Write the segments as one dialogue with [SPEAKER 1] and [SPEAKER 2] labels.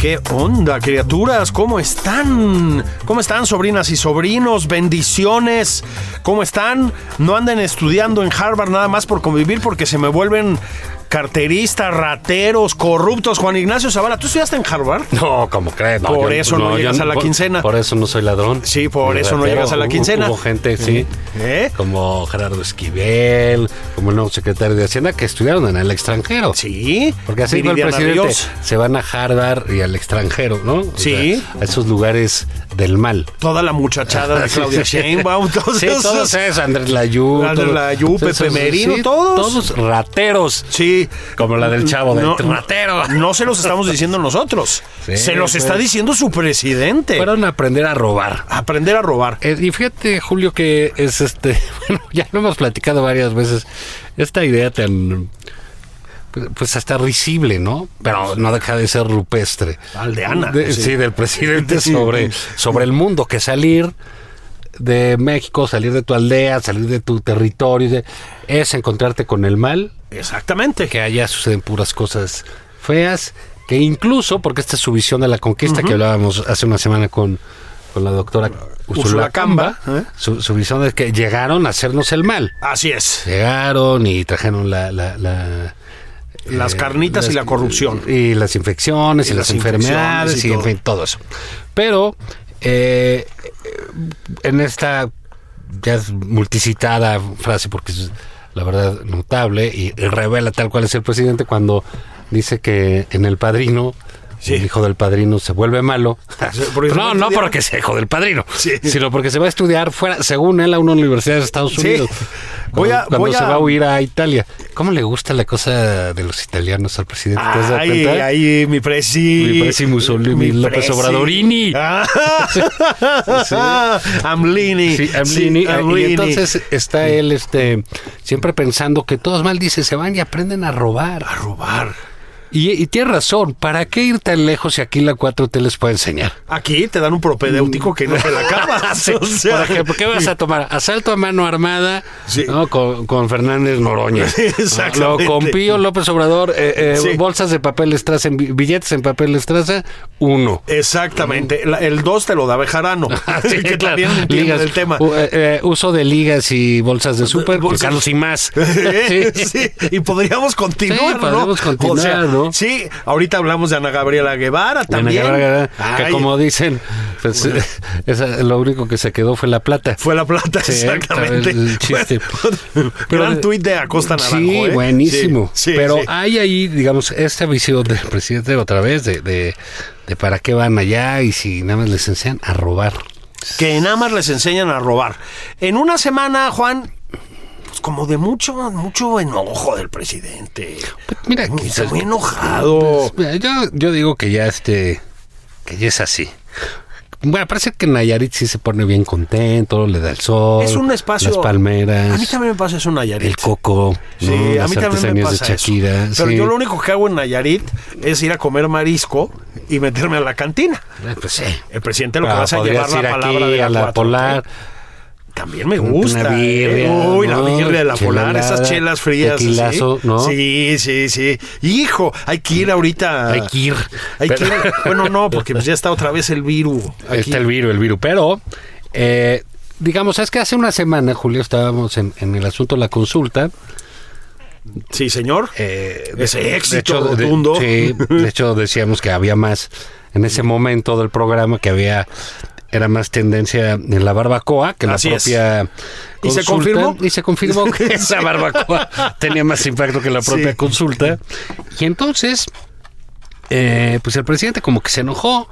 [SPEAKER 1] ¿Qué onda, criaturas? ¿Cómo están? ¿Cómo están, sobrinas y sobrinos? Bendiciones. ¿Cómo están? No anden estudiando en Harvard nada más por convivir porque se me vuelven carteristas, rateros, corruptos. Juan Ignacio Zavala, ¿tú estudiaste en Harvard?
[SPEAKER 2] No, como crees. No,
[SPEAKER 1] Por
[SPEAKER 2] yo-
[SPEAKER 1] eso no llegas
[SPEAKER 2] yo
[SPEAKER 1] a la
[SPEAKER 2] por-
[SPEAKER 1] quincena.
[SPEAKER 2] Por eso no soy ladrón.
[SPEAKER 1] Sí, por
[SPEAKER 2] Ni
[SPEAKER 1] eso no
[SPEAKER 2] ratero.
[SPEAKER 1] llegas a la
[SPEAKER 2] Hubo-
[SPEAKER 1] quincena.
[SPEAKER 2] Hubo gente, sí.
[SPEAKER 1] ¿Eh?
[SPEAKER 2] Como Gerardo Esquivel, como el nuevo secretario de Hacienda, que estudiaron en el extranjero.
[SPEAKER 1] Sí.
[SPEAKER 2] Porque así igual el
[SPEAKER 1] Viridiana
[SPEAKER 2] presidente
[SPEAKER 1] Ríos.
[SPEAKER 2] se van a Harvard y al extranjero, ¿no? O
[SPEAKER 1] Sí.
[SPEAKER 2] sea, a esos lugares del mal.
[SPEAKER 1] Toda la muchachada de Claudia Sheinbaum. Todos
[SPEAKER 2] sí, todos
[SPEAKER 1] esos-
[SPEAKER 2] esos, Andrés Layú.
[SPEAKER 1] Andrés
[SPEAKER 2] todos-
[SPEAKER 1] Layú, Pepe
[SPEAKER 2] esos-
[SPEAKER 1] Merino, todos.
[SPEAKER 2] Todos rateros.
[SPEAKER 1] Sí.
[SPEAKER 2] Como la del chavo, del
[SPEAKER 1] No,
[SPEAKER 2] ratero.
[SPEAKER 1] No se los estamos diciendo nosotros.
[SPEAKER 2] Sí,
[SPEAKER 1] se los
[SPEAKER 2] pues.
[SPEAKER 1] está diciendo su presidente.
[SPEAKER 2] Fueron a aprender a robar.
[SPEAKER 1] Aprender a robar.
[SPEAKER 2] Eh, y fíjate, Julio, que es este. Bueno, ya lo hemos platicado varias veces. Esta idea tan. pues, Pues hasta risible, ¿no? Pero no deja de ser rupestre.
[SPEAKER 1] Aldeana,
[SPEAKER 2] De-
[SPEAKER 1] sí.
[SPEAKER 2] sí. del presidente sobre, sobre el mundo, que salir de México, salir de tu aldea, salir de tu territorio, de- es encontrarte con el mal,
[SPEAKER 1] Exactamente.
[SPEAKER 2] que allá suceden puras cosas feas, que incluso, porque esta es su visión de la conquista, que hablábamos hace una semana con, con la doctora Ursula
[SPEAKER 1] Úrsula
[SPEAKER 2] Camba,
[SPEAKER 1] Camba,
[SPEAKER 2] su, su visión es que llegaron a hacernos el mal.
[SPEAKER 1] Así es.
[SPEAKER 2] Llegaron y trajeron la... la- la- Eh,
[SPEAKER 1] Las carnitas y la corrupción.
[SPEAKER 2] Y las infecciones y,
[SPEAKER 1] Y
[SPEAKER 2] las,
[SPEAKER 1] las
[SPEAKER 2] enfermedades
[SPEAKER 1] infecciones
[SPEAKER 2] y,
[SPEAKER 1] y
[SPEAKER 2] en
[SPEAKER 1] todo.
[SPEAKER 2] fin, todo eso. Pero eh, en esta ya es multicitada frase, porque es la verdad notable y revela tal cual es el presidente cuando dice que en el padrino.
[SPEAKER 1] Sí.
[SPEAKER 2] El hijo del padrino se vuelve malo.
[SPEAKER 1] Porque se va
[SPEAKER 2] no,
[SPEAKER 1] a
[SPEAKER 2] no
[SPEAKER 1] estudiar.
[SPEAKER 2] porque sea hijo del padrino,
[SPEAKER 1] Sí.
[SPEAKER 2] sino porque se va a estudiar fuera, según él, a una universidad de Estados
[SPEAKER 1] Sí.
[SPEAKER 2] Unidos.
[SPEAKER 1] Voy a-
[SPEAKER 2] Cuando- cuando
[SPEAKER 1] voy
[SPEAKER 2] se
[SPEAKER 1] a-
[SPEAKER 2] va a huir a Italia. ¿Cómo le gusta la cosa de los italianos al presidente? ¿Te has dado
[SPEAKER 1] Ay,
[SPEAKER 2] cuenta?
[SPEAKER 1] ay, mi presi.
[SPEAKER 2] Mi presi Mussolini, López Obradorini.
[SPEAKER 1] Ah, Amlini.
[SPEAKER 2] Sí, Amlini. Eh, Y entonces está él este, siempre pensando que todos mal dice se van y aprenden a robar.
[SPEAKER 1] A robar.
[SPEAKER 2] Y, y tiene razón, ¿para qué ir tan lejos si aquí la 4T les puede enseñar?
[SPEAKER 1] Aquí te dan un propedéutico que no te la acabas.
[SPEAKER 2] Sí,
[SPEAKER 1] o sea.
[SPEAKER 2] por ejemplo, ¿qué vas a tomar? Asalto a mano armada
[SPEAKER 1] Sí.
[SPEAKER 2] ¿no? con, con Fernández Noroña.
[SPEAKER 1] Exactamente.
[SPEAKER 2] Lo con Pío López Obrador, eh, eh,
[SPEAKER 1] Sí.
[SPEAKER 2] bolsas de papel estraza, en bi- billetes en papel estraza, uno.
[SPEAKER 1] Exactamente. La- el 2 te lo da Bejarano.
[SPEAKER 2] Ah, Sí,
[SPEAKER 1] que
[SPEAKER 2] claro.
[SPEAKER 1] también entiende
[SPEAKER 2] Ligas,
[SPEAKER 1] el tema.
[SPEAKER 2] u- eh, eh, uso de ligas y bolsas de súper,
[SPEAKER 1] bolsas.
[SPEAKER 2] pues, Carlos y más.
[SPEAKER 1] ¿Eh?
[SPEAKER 2] Sí.
[SPEAKER 1] Sí, y podríamos continuar,
[SPEAKER 2] Sí, podríamos
[SPEAKER 1] ¿no?
[SPEAKER 2] continuar, ¿no?
[SPEAKER 1] Sí, ahorita hablamos de Ana Gabriela Guevara
[SPEAKER 2] Bueno,
[SPEAKER 1] también.
[SPEAKER 2] ya verá, que
[SPEAKER 1] Ay,
[SPEAKER 2] como dicen, pues, esa- lo único que se quedó fue la plata.
[SPEAKER 1] Fue la plata,
[SPEAKER 2] Sí,
[SPEAKER 1] exactamente.
[SPEAKER 2] el- el chiste. Pero-
[SPEAKER 1] Pero, Gran tuit de Acosta Naranjo.
[SPEAKER 2] Sí,
[SPEAKER 1] ¿eh?
[SPEAKER 2] buenísimo.
[SPEAKER 1] Sí, sí,
[SPEAKER 2] Pero
[SPEAKER 1] sí.
[SPEAKER 2] hay ahí, digamos, esta visión del presidente otra vez de, de, de para qué van allá y si nada más les enseñan a robar.
[SPEAKER 1] que nada más les enseñan a robar. En una semana, Juan, pues como de mucho, mucho enojo del presidente.
[SPEAKER 2] Pues, mira,
[SPEAKER 1] Está
[SPEAKER 2] quizás-
[SPEAKER 1] muy enojado.
[SPEAKER 2] Pues Mira, yo, yo digo que ya este, que ya es así. Bueno, parece que Nayarit sí se pone bien contento, le da el sol.
[SPEAKER 1] Es un espacio-
[SPEAKER 2] pues, Las palmeras.
[SPEAKER 1] A mí también me pasa eso en Nayarit.
[SPEAKER 2] El coco.
[SPEAKER 1] Sí,
[SPEAKER 2] ¿no?
[SPEAKER 1] a
[SPEAKER 2] Las
[SPEAKER 1] mí también me
[SPEAKER 2] artesanías
[SPEAKER 1] pasa
[SPEAKER 2] de Shakira.
[SPEAKER 1] eso. Pero
[SPEAKER 2] sí.
[SPEAKER 1] yo lo único que hago en Nayarit es ir a comer marisco y meterme a la cantina.
[SPEAKER 2] Eh, Pues sí.
[SPEAKER 1] El presidente lo que
[SPEAKER 2] Ah,
[SPEAKER 1] vas a
[SPEAKER 2] podrías
[SPEAKER 1] llevar la
[SPEAKER 2] ir
[SPEAKER 1] palabra
[SPEAKER 2] aquí
[SPEAKER 1] de ¿eh? la,
[SPEAKER 2] a la
[SPEAKER 1] 4T.
[SPEAKER 2] polar.
[SPEAKER 1] También me gusta.
[SPEAKER 2] Una
[SPEAKER 1] ¿eh?
[SPEAKER 2] birria,
[SPEAKER 1] Uy,
[SPEAKER 2] ¿no?
[SPEAKER 1] la birria de la
[SPEAKER 2] Chela
[SPEAKER 1] polar,
[SPEAKER 2] helada,
[SPEAKER 1] esas chelas frías. así.
[SPEAKER 2] tequilazo, ¿no?
[SPEAKER 1] Sí, sí, sí. Hijo, hay que ir ahorita.
[SPEAKER 2] Hay que ir.
[SPEAKER 1] Ah, Hay que
[SPEAKER 2] Pero-
[SPEAKER 1] ir. Bueno, no, porque pues ya está otra vez el virus.
[SPEAKER 2] Ahí
[SPEAKER 1] aquí.
[SPEAKER 2] está el virus, el virus. Pero, eh, digamos, es que hace una semana, Julio, estábamos en, en el asunto de la consulta.
[SPEAKER 1] Sí, señor.
[SPEAKER 2] eh,
[SPEAKER 1] Ese éxito
[SPEAKER 2] de-
[SPEAKER 1] rotundo.
[SPEAKER 2] sí, de hecho, decíamos que había más en ese momento del programa que había era más tendencia en la barbacoa que en la
[SPEAKER 1] Así es.
[SPEAKER 2] propia
[SPEAKER 1] ¿Y se confirmó?
[SPEAKER 2] y se confirmó que esa barbacoa tenía más impacto que la propia
[SPEAKER 1] Sí.
[SPEAKER 2] consulta y entonces eh, pues el presidente como que se enojó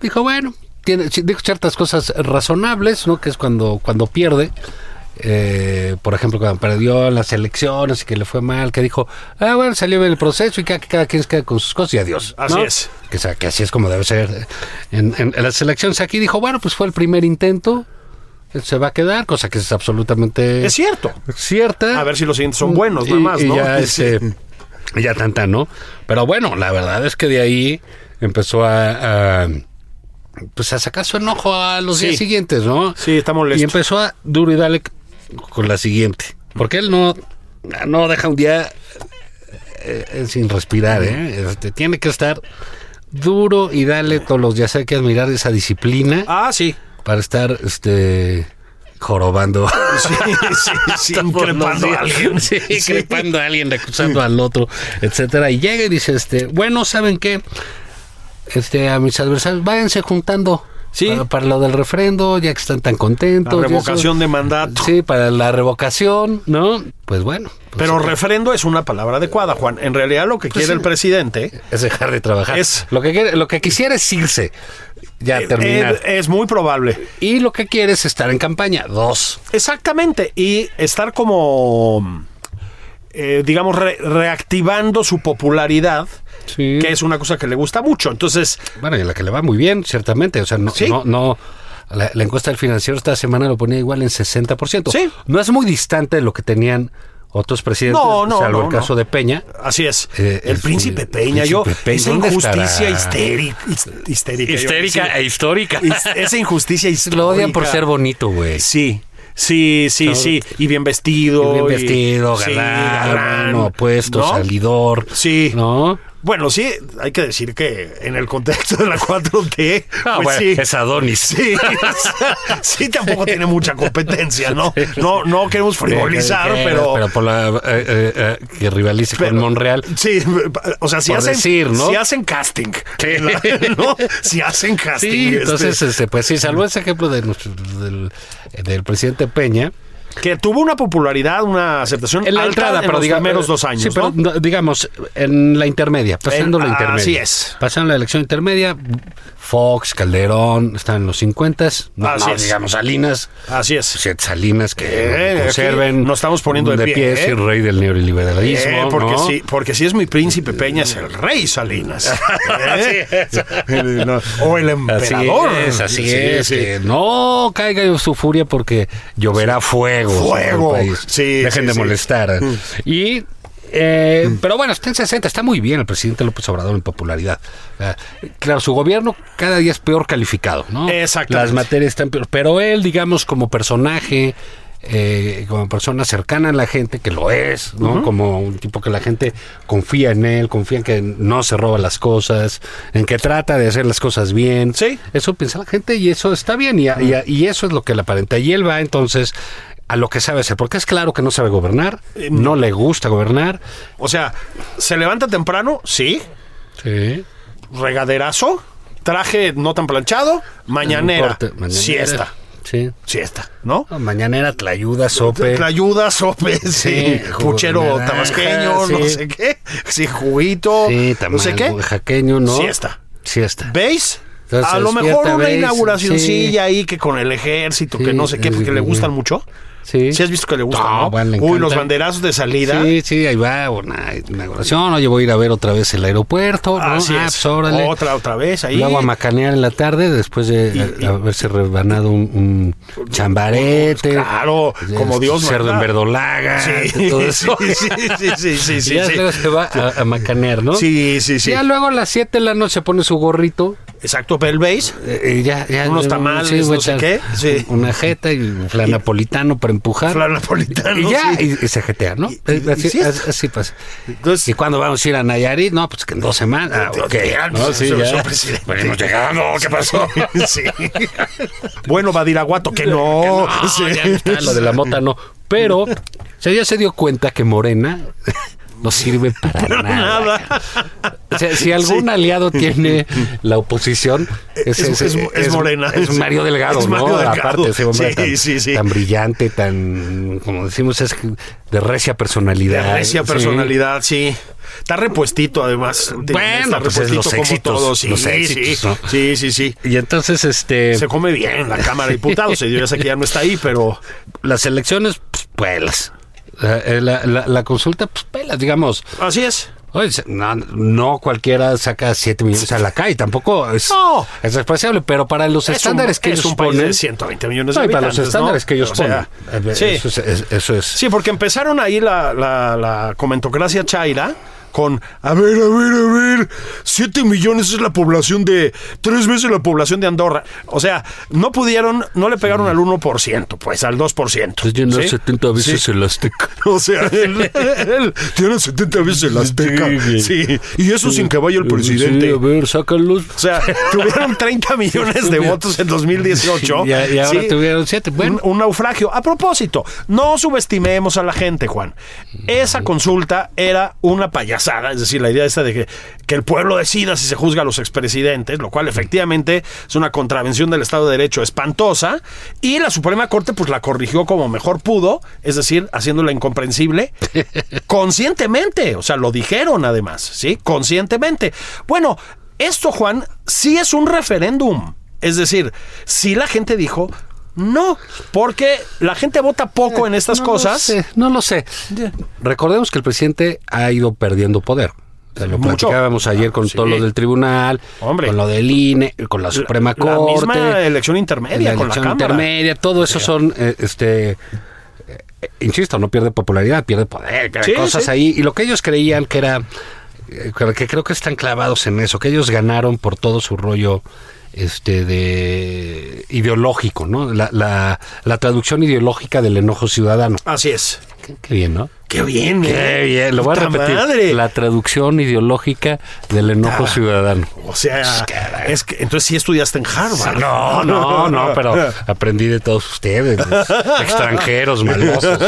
[SPEAKER 2] dijo bueno tiene sí, dijo ciertas cosas razonables no que es cuando cuando pierde eh, por ejemplo, cuando perdió las elecciones y que le fue mal, que dijo, ah, bueno, salió bien el proceso y que cada, cada quien se queda con sus cosas y adiós.
[SPEAKER 1] Así
[SPEAKER 2] ¿no?
[SPEAKER 1] es.
[SPEAKER 2] Que, sa- que así es como debe ser. En, en- en las elecciones aquí dijo, bueno, pues fue el primer intento, él se va a quedar, cosa que es absolutamente
[SPEAKER 1] Es cierto.
[SPEAKER 2] cierta.
[SPEAKER 1] A ver si los siguientes son buenos,
[SPEAKER 2] Mm,
[SPEAKER 1] nada
[SPEAKER 2] Y-
[SPEAKER 1] más,
[SPEAKER 2] y
[SPEAKER 1] ¿no?
[SPEAKER 2] ya,
[SPEAKER 1] Sí.
[SPEAKER 2] este, ya tanta, ¿no? Pero bueno, la verdad es que de ahí empezó a... a, pues a sacar su enojo a los
[SPEAKER 1] Sí.
[SPEAKER 2] días siguientes, ¿no?
[SPEAKER 1] Sí, está molesto.
[SPEAKER 2] Y empezó a duro y dale con la siguiente. Porque él no, no deja un día eh, eh, sin respirar, ¿eh? Este, tiene que estar duro y dale todos los días. Hay que admirar esa disciplina
[SPEAKER 1] Ah, sí.
[SPEAKER 2] para estar este jorobando.
[SPEAKER 1] Sí, sí, sí,
[SPEAKER 2] todos los
[SPEAKER 1] increpando a
[SPEAKER 2] días.
[SPEAKER 1] alguien.
[SPEAKER 2] Sí, increpando a alguien, acusando al otro, etcétera. Y llega y dice, este, bueno, ¿saben qué? Este, a mis adversarios, váyanse juntando.
[SPEAKER 1] Sí.
[SPEAKER 2] Para, para lo del refrendo, ya que están tan
[SPEAKER 1] La
[SPEAKER 2] contentos. y eso.
[SPEAKER 1] revocación de mandato.
[SPEAKER 2] Sí, para la revocación, ¿no? Pues bueno. pues
[SPEAKER 1] Pero refrendo es una palabra adecuada, Juan. En realidad lo que quiere el presidente
[SPEAKER 2] es dejar de trabajar.
[SPEAKER 1] es-
[SPEAKER 2] lo, que quiere- lo que quisiera es irse, ya terminar.
[SPEAKER 1] eh, es muy probable.
[SPEAKER 2] y lo que quiere es estar en campaña, dos.
[SPEAKER 1] Exactamente. Y estar como, eh, digamos, re- reactivando su popularidad,
[SPEAKER 2] Sí.
[SPEAKER 1] que es una cosa que le gusta mucho. Entonces,
[SPEAKER 2] Bueno, y a la que le va muy bien, ciertamente. O sea, no,
[SPEAKER 1] Sí.
[SPEAKER 2] no, no- la, la encuesta del financiero esta semana lo ponía igual en 60%.
[SPEAKER 1] Sí.
[SPEAKER 2] No es muy distante de lo que tenían otros presidentes,
[SPEAKER 1] No, no,
[SPEAKER 2] salvo
[SPEAKER 1] no,
[SPEAKER 2] el caso
[SPEAKER 1] no.
[SPEAKER 2] de Peña.
[SPEAKER 1] así es.
[SPEAKER 2] Eh,
[SPEAKER 1] el
[SPEAKER 2] es-
[SPEAKER 1] príncipe
[SPEAKER 2] el
[SPEAKER 1] Peña, yo,
[SPEAKER 2] príncipe Peña,
[SPEAKER 1] esa
[SPEAKER 2] ¿dónde
[SPEAKER 1] injusticia
[SPEAKER 2] estará?
[SPEAKER 1] histérica. his- Histérica. yo- sí.
[SPEAKER 2] e histórica.
[SPEAKER 1] His- Esa injusticia histórica.
[SPEAKER 2] Lo odian por ser bonito, güey.
[SPEAKER 1] Sí, sí, sí, sí. Y bien vestido.
[SPEAKER 2] Bien
[SPEAKER 1] y-
[SPEAKER 2] vestido,
[SPEAKER 1] sí,
[SPEAKER 2] galán,
[SPEAKER 1] galán,
[SPEAKER 2] bueno, apuesto,
[SPEAKER 1] ¿no?
[SPEAKER 2] salidor.
[SPEAKER 1] Sí.
[SPEAKER 2] ¿No?
[SPEAKER 1] Bueno, sí, hay que decir que en el contexto de la 4T,
[SPEAKER 2] Ah,
[SPEAKER 1] pues
[SPEAKER 2] bueno,
[SPEAKER 1] sí.
[SPEAKER 2] es Adonis.
[SPEAKER 1] Sí, sí, tampoco tiene mucha competencia, ¿no? No, no queremos frivolizar,
[SPEAKER 2] Eh,
[SPEAKER 1] pero,
[SPEAKER 2] Pero por la, eh, eh, eh, que rivalice
[SPEAKER 1] pero-
[SPEAKER 2] con Monreal.
[SPEAKER 1] Sí, o sea, si
[SPEAKER 2] Por
[SPEAKER 1] hacen,
[SPEAKER 2] decir, ¿no?
[SPEAKER 1] si hacen casting, la- ¿no? Si hacen casting.
[SPEAKER 2] Sí,
[SPEAKER 1] este,
[SPEAKER 2] entonces, este, pues sí, salvo ese ejemplo de nuestro- del, del presidente Peña.
[SPEAKER 1] que tuvo una popularidad, una aceptación
[SPEAKER 2] En la
[SPEAKER 1] alta
[SPEAKER 2] entrada,
[SPEAKER 1] en
[SPEAKER 2] pero
[SPEAKER 1] los
[SPEAKER 2] digamos.
[SPEAKER 1] primeros dos años,
[SPEAKER 2] Sí, pero
[SPEAKER 1] ¿no?
[SPEAKER 2] no, digamos, en la intermedia, pasando
[SPEAKER 1] En-
[SPEAKER 2] la intermedia.
[SPEAKER 1] así es.
[SPEAKER 2] Pasando la elección intermedia, Fox, Calderón, están en los 50. No,
[SPEAKER 1] Así
[SPEAKER 2] no,
[SPEAKER 1] es.
[SPEAKER 2] digamos, Salinas.
[SPEAKER 1] Así es.
[SPEAKER 2] Siete Salinas que
[SPEAKER 1] Eh,
[SPEAKER 2] lo conserven.
[SPEAKER 1] aquí nos estamos poniendo de pie, ¿eh?
[SPEAKER 2] es el rey del neoliberalismo.
[SPEAKER 1] Eh, porque,
[SPEAKER 2] ¿no?
[SPEAKER 1] sí, porque si es mi príncipe Peña, es el rey Salinas. Eh, el- no, o el
[SPEAKER 2] Así
[SPEAKER 1] emperador.
[SPEAKER 2] es, así
[SPEAKER 1] Sí,
[SPEAKER 2] es.
[SPEAKER 1] sí.
[SPEAKER 2] que no caiga en su furia porque lloverá fuego. sobre el
[SPEAKER 1] Fuego.
[SPEAKER 2] país.
[SPEAKER 1] Sí,
[SPEAKER 2] Dejen
[SPEAKER 1] sí,
[SPEAKER 2] de
[SPEAKER 1] sí. Mm.
[SPEAKER 2] molestar. Y. eh, pero bueno, está en 60, está muy bien el presidente López Obrador en popularidad. Ah, Claro, su gobierno cada día es peor calificado, ¿no?
[SPEAKER 1] Exactamente.
[SPEAKER 2] Las materias están peor. Pero él, digamos, como personaje, eh, como persona cercana a la gente, que lo es, ¿no? Como un tipo que la gente confía en él, confía en que no se roba las cosas, en que trata de hacer las cosas bien.
[SPEAKER 1] Sí.
[SPEAKER 2] Eso piensa la gente y eso está bien y, a- y a- y eso es lo que le aparenta. Y él va entonces a lo que sabe hacer, porque es claro que no sabe gobernar,
[SPEAKER 1] Em.
[SPEAKER 2] no le gusta gobernar.
[SPEAKER 1] O sea, se levanta temprano, sí,
[SPEAKER 2] Sí.
[SPEAKER 1] regaderazo, traje no tan planchado, mañanera, siesta,
[SPEAKER 2] Sí.
[SPEAKER 1] siesta, ¿no?
[SPEAKER 2] No, mañanera tlayuda, sope.
[SPEAKER 1] Ayuda, sope, sí,
[SPEAKER 2] jugo de
[SPEAKER 1] puchero
[SPEAKER 2] naranja,
[SPEAKER 1] tabasqueño, no
[SPEAKER 2] sí.
[SPEAKER 1] sé qué, sí, juguito,
[SPEAKER 2] Sí,
[SPEAKER 1] no sé
[SPEAKER 2] tamal
[SPEAKER 1] qué.
[SPEAKER 2] oaxaqueño, ¿no?
[SPEAKER 1] Siesta.
[SPEAKER 2] Siesta.
[SPEAKER 1] ¿Veis?
[SPEAKER 2] Entonces,
[SPEAKER 1] a lo mejor
[SPEAKER 2] despierta,
[SPEAKER 1] una
[SPEAKER 2] ¿veis? Sí.
[SPEAKER 1] inauguracioncilla ahí que con el ejército, que
[SPEAKER 2] Sí,
[SPEAKER 1] no sé qué,
[SPEAKER 2] es-
[SPEAKER 1] porque le gustan mucho.
[SPEAKER 2] Sí.
[SPEAKER 1] ¿Sí has visto que le gustan,
[SPEAKER 2] No,
[SPEAKER 1] ¿no?
[SPEAKER 2] bueno, le
[SPEAKER 1] Uy,
[SPEAKER 2] encanta.
[SPEAKER 1] los banderazos de salida.
[SPEAKER 2] Sí, sí, ahí va una inauguración. Oye, voy a ir a ver otra vez el aeropuerto. ¿no?
[SPEAKER 1] Así
[SPEAKER 2] Ah,
[SPEAKER 1] es.
[SPEAKER 2] pues, órale.
[SPEAKER 1] Otra, otra vez ahí.
[SPEAKER 2] Luego a macanear en la tarde después de
[SPEAKER 1] Y- y-
[SPEAKER 2] a- haberse rebanado un, un chambarete.
[SPEAKER 1] Pues,
[SPEAKER 2] pues, este,
[SPEAKER 1] Claro, como Dios
[SPEAKER 2] Cerdo
[SPEAKER 1] manda.
[SPEAKER 2] en verdolaga.
[SPEAKER 1] Sí,
[SPEAKER 2] todo eso.
[SPEAKER 1] sí, sí, sí, sí,
[SPEAKER 2] Y
[SPEAKER 1] sí,
[SPEAKER 2] ya
[SPEAKER 1] sí.
[SPEAKER 2] luego se va a, a macanear, ¿no?
[SPEAKER 1] Sí, sí, sí.
[SPEAKER 2] Ya luego a las 7 de la noche pone su gorrito.
[SPEAKER 1] Exacto, ve el base.
[SPEAKER 2] eh, y ya, ya-
[SPEAKER 1] Unos tamales,
[SPEAKER 2] sí, güey,
[SPEAKER 1] no sé qué, sí.
[SPEAKER 2] Una jeta y un flan napolitano para empujar.
[SPEAKER 1] Plan napolitano.
[SPEAKER 2] Ah. y ya,
[SPEAKER 1] sí.
[SPEAKER 2] y, y se jetea, ¿no?
[SPEAKER 1] Y- y-
[SPEAKER 2] así,
[SPEAKER 1] y siesta.
[SPEAKER 2] así pasa.
[SPEAKER 1] Entonces-
[SPEAKER 2] ¿Y cuándo vamos a ir a Nayarit? No, pues que en dos semanas. Ah, ok.
[SPEAKER 1] Ya,
[SPEAKER 2] No, sí,
[SPEAKER 1] señor
[SPEAKER 2] ya.
[SPEAKER 1] presidente.
[SPEAKER 2] Venimos llegando, ¿qué pasó?
[SPEAKER 1] Sí. Bueno, Badiraguato, que no. Sí.
[SPEAKER 2] Ah, lo de la mota no. Pero o sea, ya se dio cuenta que Morena no sirve para, nada. O sea, si algún aliado tiene la oposición, es,
[SPEAKER 1] Es- es- es Morena.
[SPEAKER 2] Es Mario Delgado,
[SPEAKER 1] Es Mario
[SPEAKER 2] ¿no?
[SPEAKER 1] Delgado.
[SPEAKER 2] Aparte, ese hombre
[SPEAKER 1] Sí,
[SPEAKER 2] tan,
[SPEAKER 1] sí, sí.
[SPEAKER 2] tan brillante, tan, como decimos, es de recia personalidad.
[SPEAKER 1] De recia
[SPEAKER 2] Sí.
[SPEAKER 1] personalidad, sí. Está repuesto además.
[SPEAKER 2] Bueno, pues, es los éxitos,
[SPEAKER 1] Sí,
[SPEAKER 2] los éxitos,
[SPEAKER 1] sí,
[SPEAKER 2] ¿no?
[SPEAKER 1] sí, sí, sí.
[SPEAKER 2] Y entonces, este.
[SPEAKER 1] Se come bien la Cámara de Diputados. Yo ya sé que ya no está ahí, pero
[SPEAKER 2] las elecciones, pues, pelas. La, eh, la- la- la consulta, pues, pelas, digamos.
[SPEAKER 1] así es.
[SPEAKER 2] Oye, se- No, no cualquiera saca 7 millones a la calle, tampoco es,
[SPEAKER 1] No.
[SPEAKER 2] es despreciable, pero para los
[SPEAKER 1] Es un-
[SPEAKER 2] estándares que
[SPEAKER 1] es
[SPEAKER 2] ellos
[SPEAKER 1] un país
[SPEAKER 2] ponen.
[SPEAKER 1] de 120 millones de
[SPEAKER 2] No, y para los
[SPEAKER 1] habitantes,
[SPEAKER 2] estándares
[SPEAKER 1] ¿no?
[SPEAKER 2] que ellos
[SPEAKER 1] O sea,
[SPEAKER 2] ponen. eh,
[SPEAKER 1] sí.
[SPEAKER 2] Eso es. es- eso es.
[SPEAKER 1] Sí, porque empezaron ahí la, la, la comentocracia chaira con, a ver, a ver, a ver, 7 millones es la población de, tres veces la población de Andorra. O sea, no pudieron, no le pegaron al 1%, pues al 2%. ¿sí?
[SPEAKER 2] el Azteca.
[SPEAKER 1] O sea, él, él tiene 70 veces el Azteca.
[SPEAKER 2] Sí,
[SPEAKER 1] Sí, y eso sin que vaya el presidente.
[SPEAKER 2] Pues a ver, sácalos.
[SPEAKER 1] O sea, tuvieron 30 millones de votos en 2018.
[SPEAKER 2] Y, a- y ahora
[SPEAKER 1] Sí.
[SPEAKER 2] tuvieron 7. Bueno,
[SPEAKER 1] Un, un naufragio. A propósito, no subestimemos a la gente, Juan. Esa consulta era una payasada, es decir, la idea esta de que, que el pueblo decida si se juzga a los expresidentes, lo cual efectivamente es una contravención del Estado de Derecho espantosa, y la Suprema Corte pues la corrigió como mejor pudo, es decir, haciéndola incomprensible, conscientemente, o sea, lo dijeron además, ¿sí? Conscientemente. Bueno, esto, Juan, sí es un referéndum. Es decir, si la gente dijo no, porque la gente vota poco en estas
[SPEAKER 2] no lo
[SPEAKER 1] cosas.
[SPEAKER 2] sé, no lo sé. Recordemos que el presidente ha ido perdiendo poder. O sea, lo
[SPEAKER 1] Mucho. Ah,
[SPEAKER 2] platicábamos ayer con
[SPEAKER 1] sí.
[SPEAKER 2] todo lo del tribunal,
[SPEAKER 1] Hombre.
[SPEAKER 2] con lo del INE, con la Suprema
[SPEAKER 1] la
[SPEAKER 2] Corte.
[SPEAKER 1] misma elección intermedia
[SPEAKER 2] la
[SPEAKER 1] con la
[SPEAKER 2] elección
[SPEAKER 1] Cámara.
[SPEAKER 2] intermedia, todo eso son, eh, este, eh, insisto, no pierde popularidad, pierde poder, pierde
[SPEAKER 1] Sí,
[SPEAKER 2] cosas
[SPEAKER 1] sí.
[SPEAKER 2] ahí. Y lo que ellos creían que era, eh, que creo que están clavados en eso, que ellos ganaron por todo su rollo. Este de ideológico, ¿no? La, la, la traducción ideológica del enojo ciudadano.
[SPEAKER 1] Así es.
[SPEAKER 2] Qué, qué bien, ¿no?
[SPEAKER 1] Qué bien,
[SPEAKER 2] Qué
[SPEAKER 1] ¿eh?
[SPEAKER 2] bien, lo voy a
[SPEAKER 1] Puta
[SPEAKER 2] repetir.
[SPEAKER 1] madre. Ah,
[SPEAKER 2] La traducción ideológica del enojo ciudadano.
[SPEAKER 1] O sea, es que entonces sí estudiaste en Harvard.
[SPEAKER 2] Pues, No, no, no, pero aprendí de todos ustedes, los extranjeros maldosos.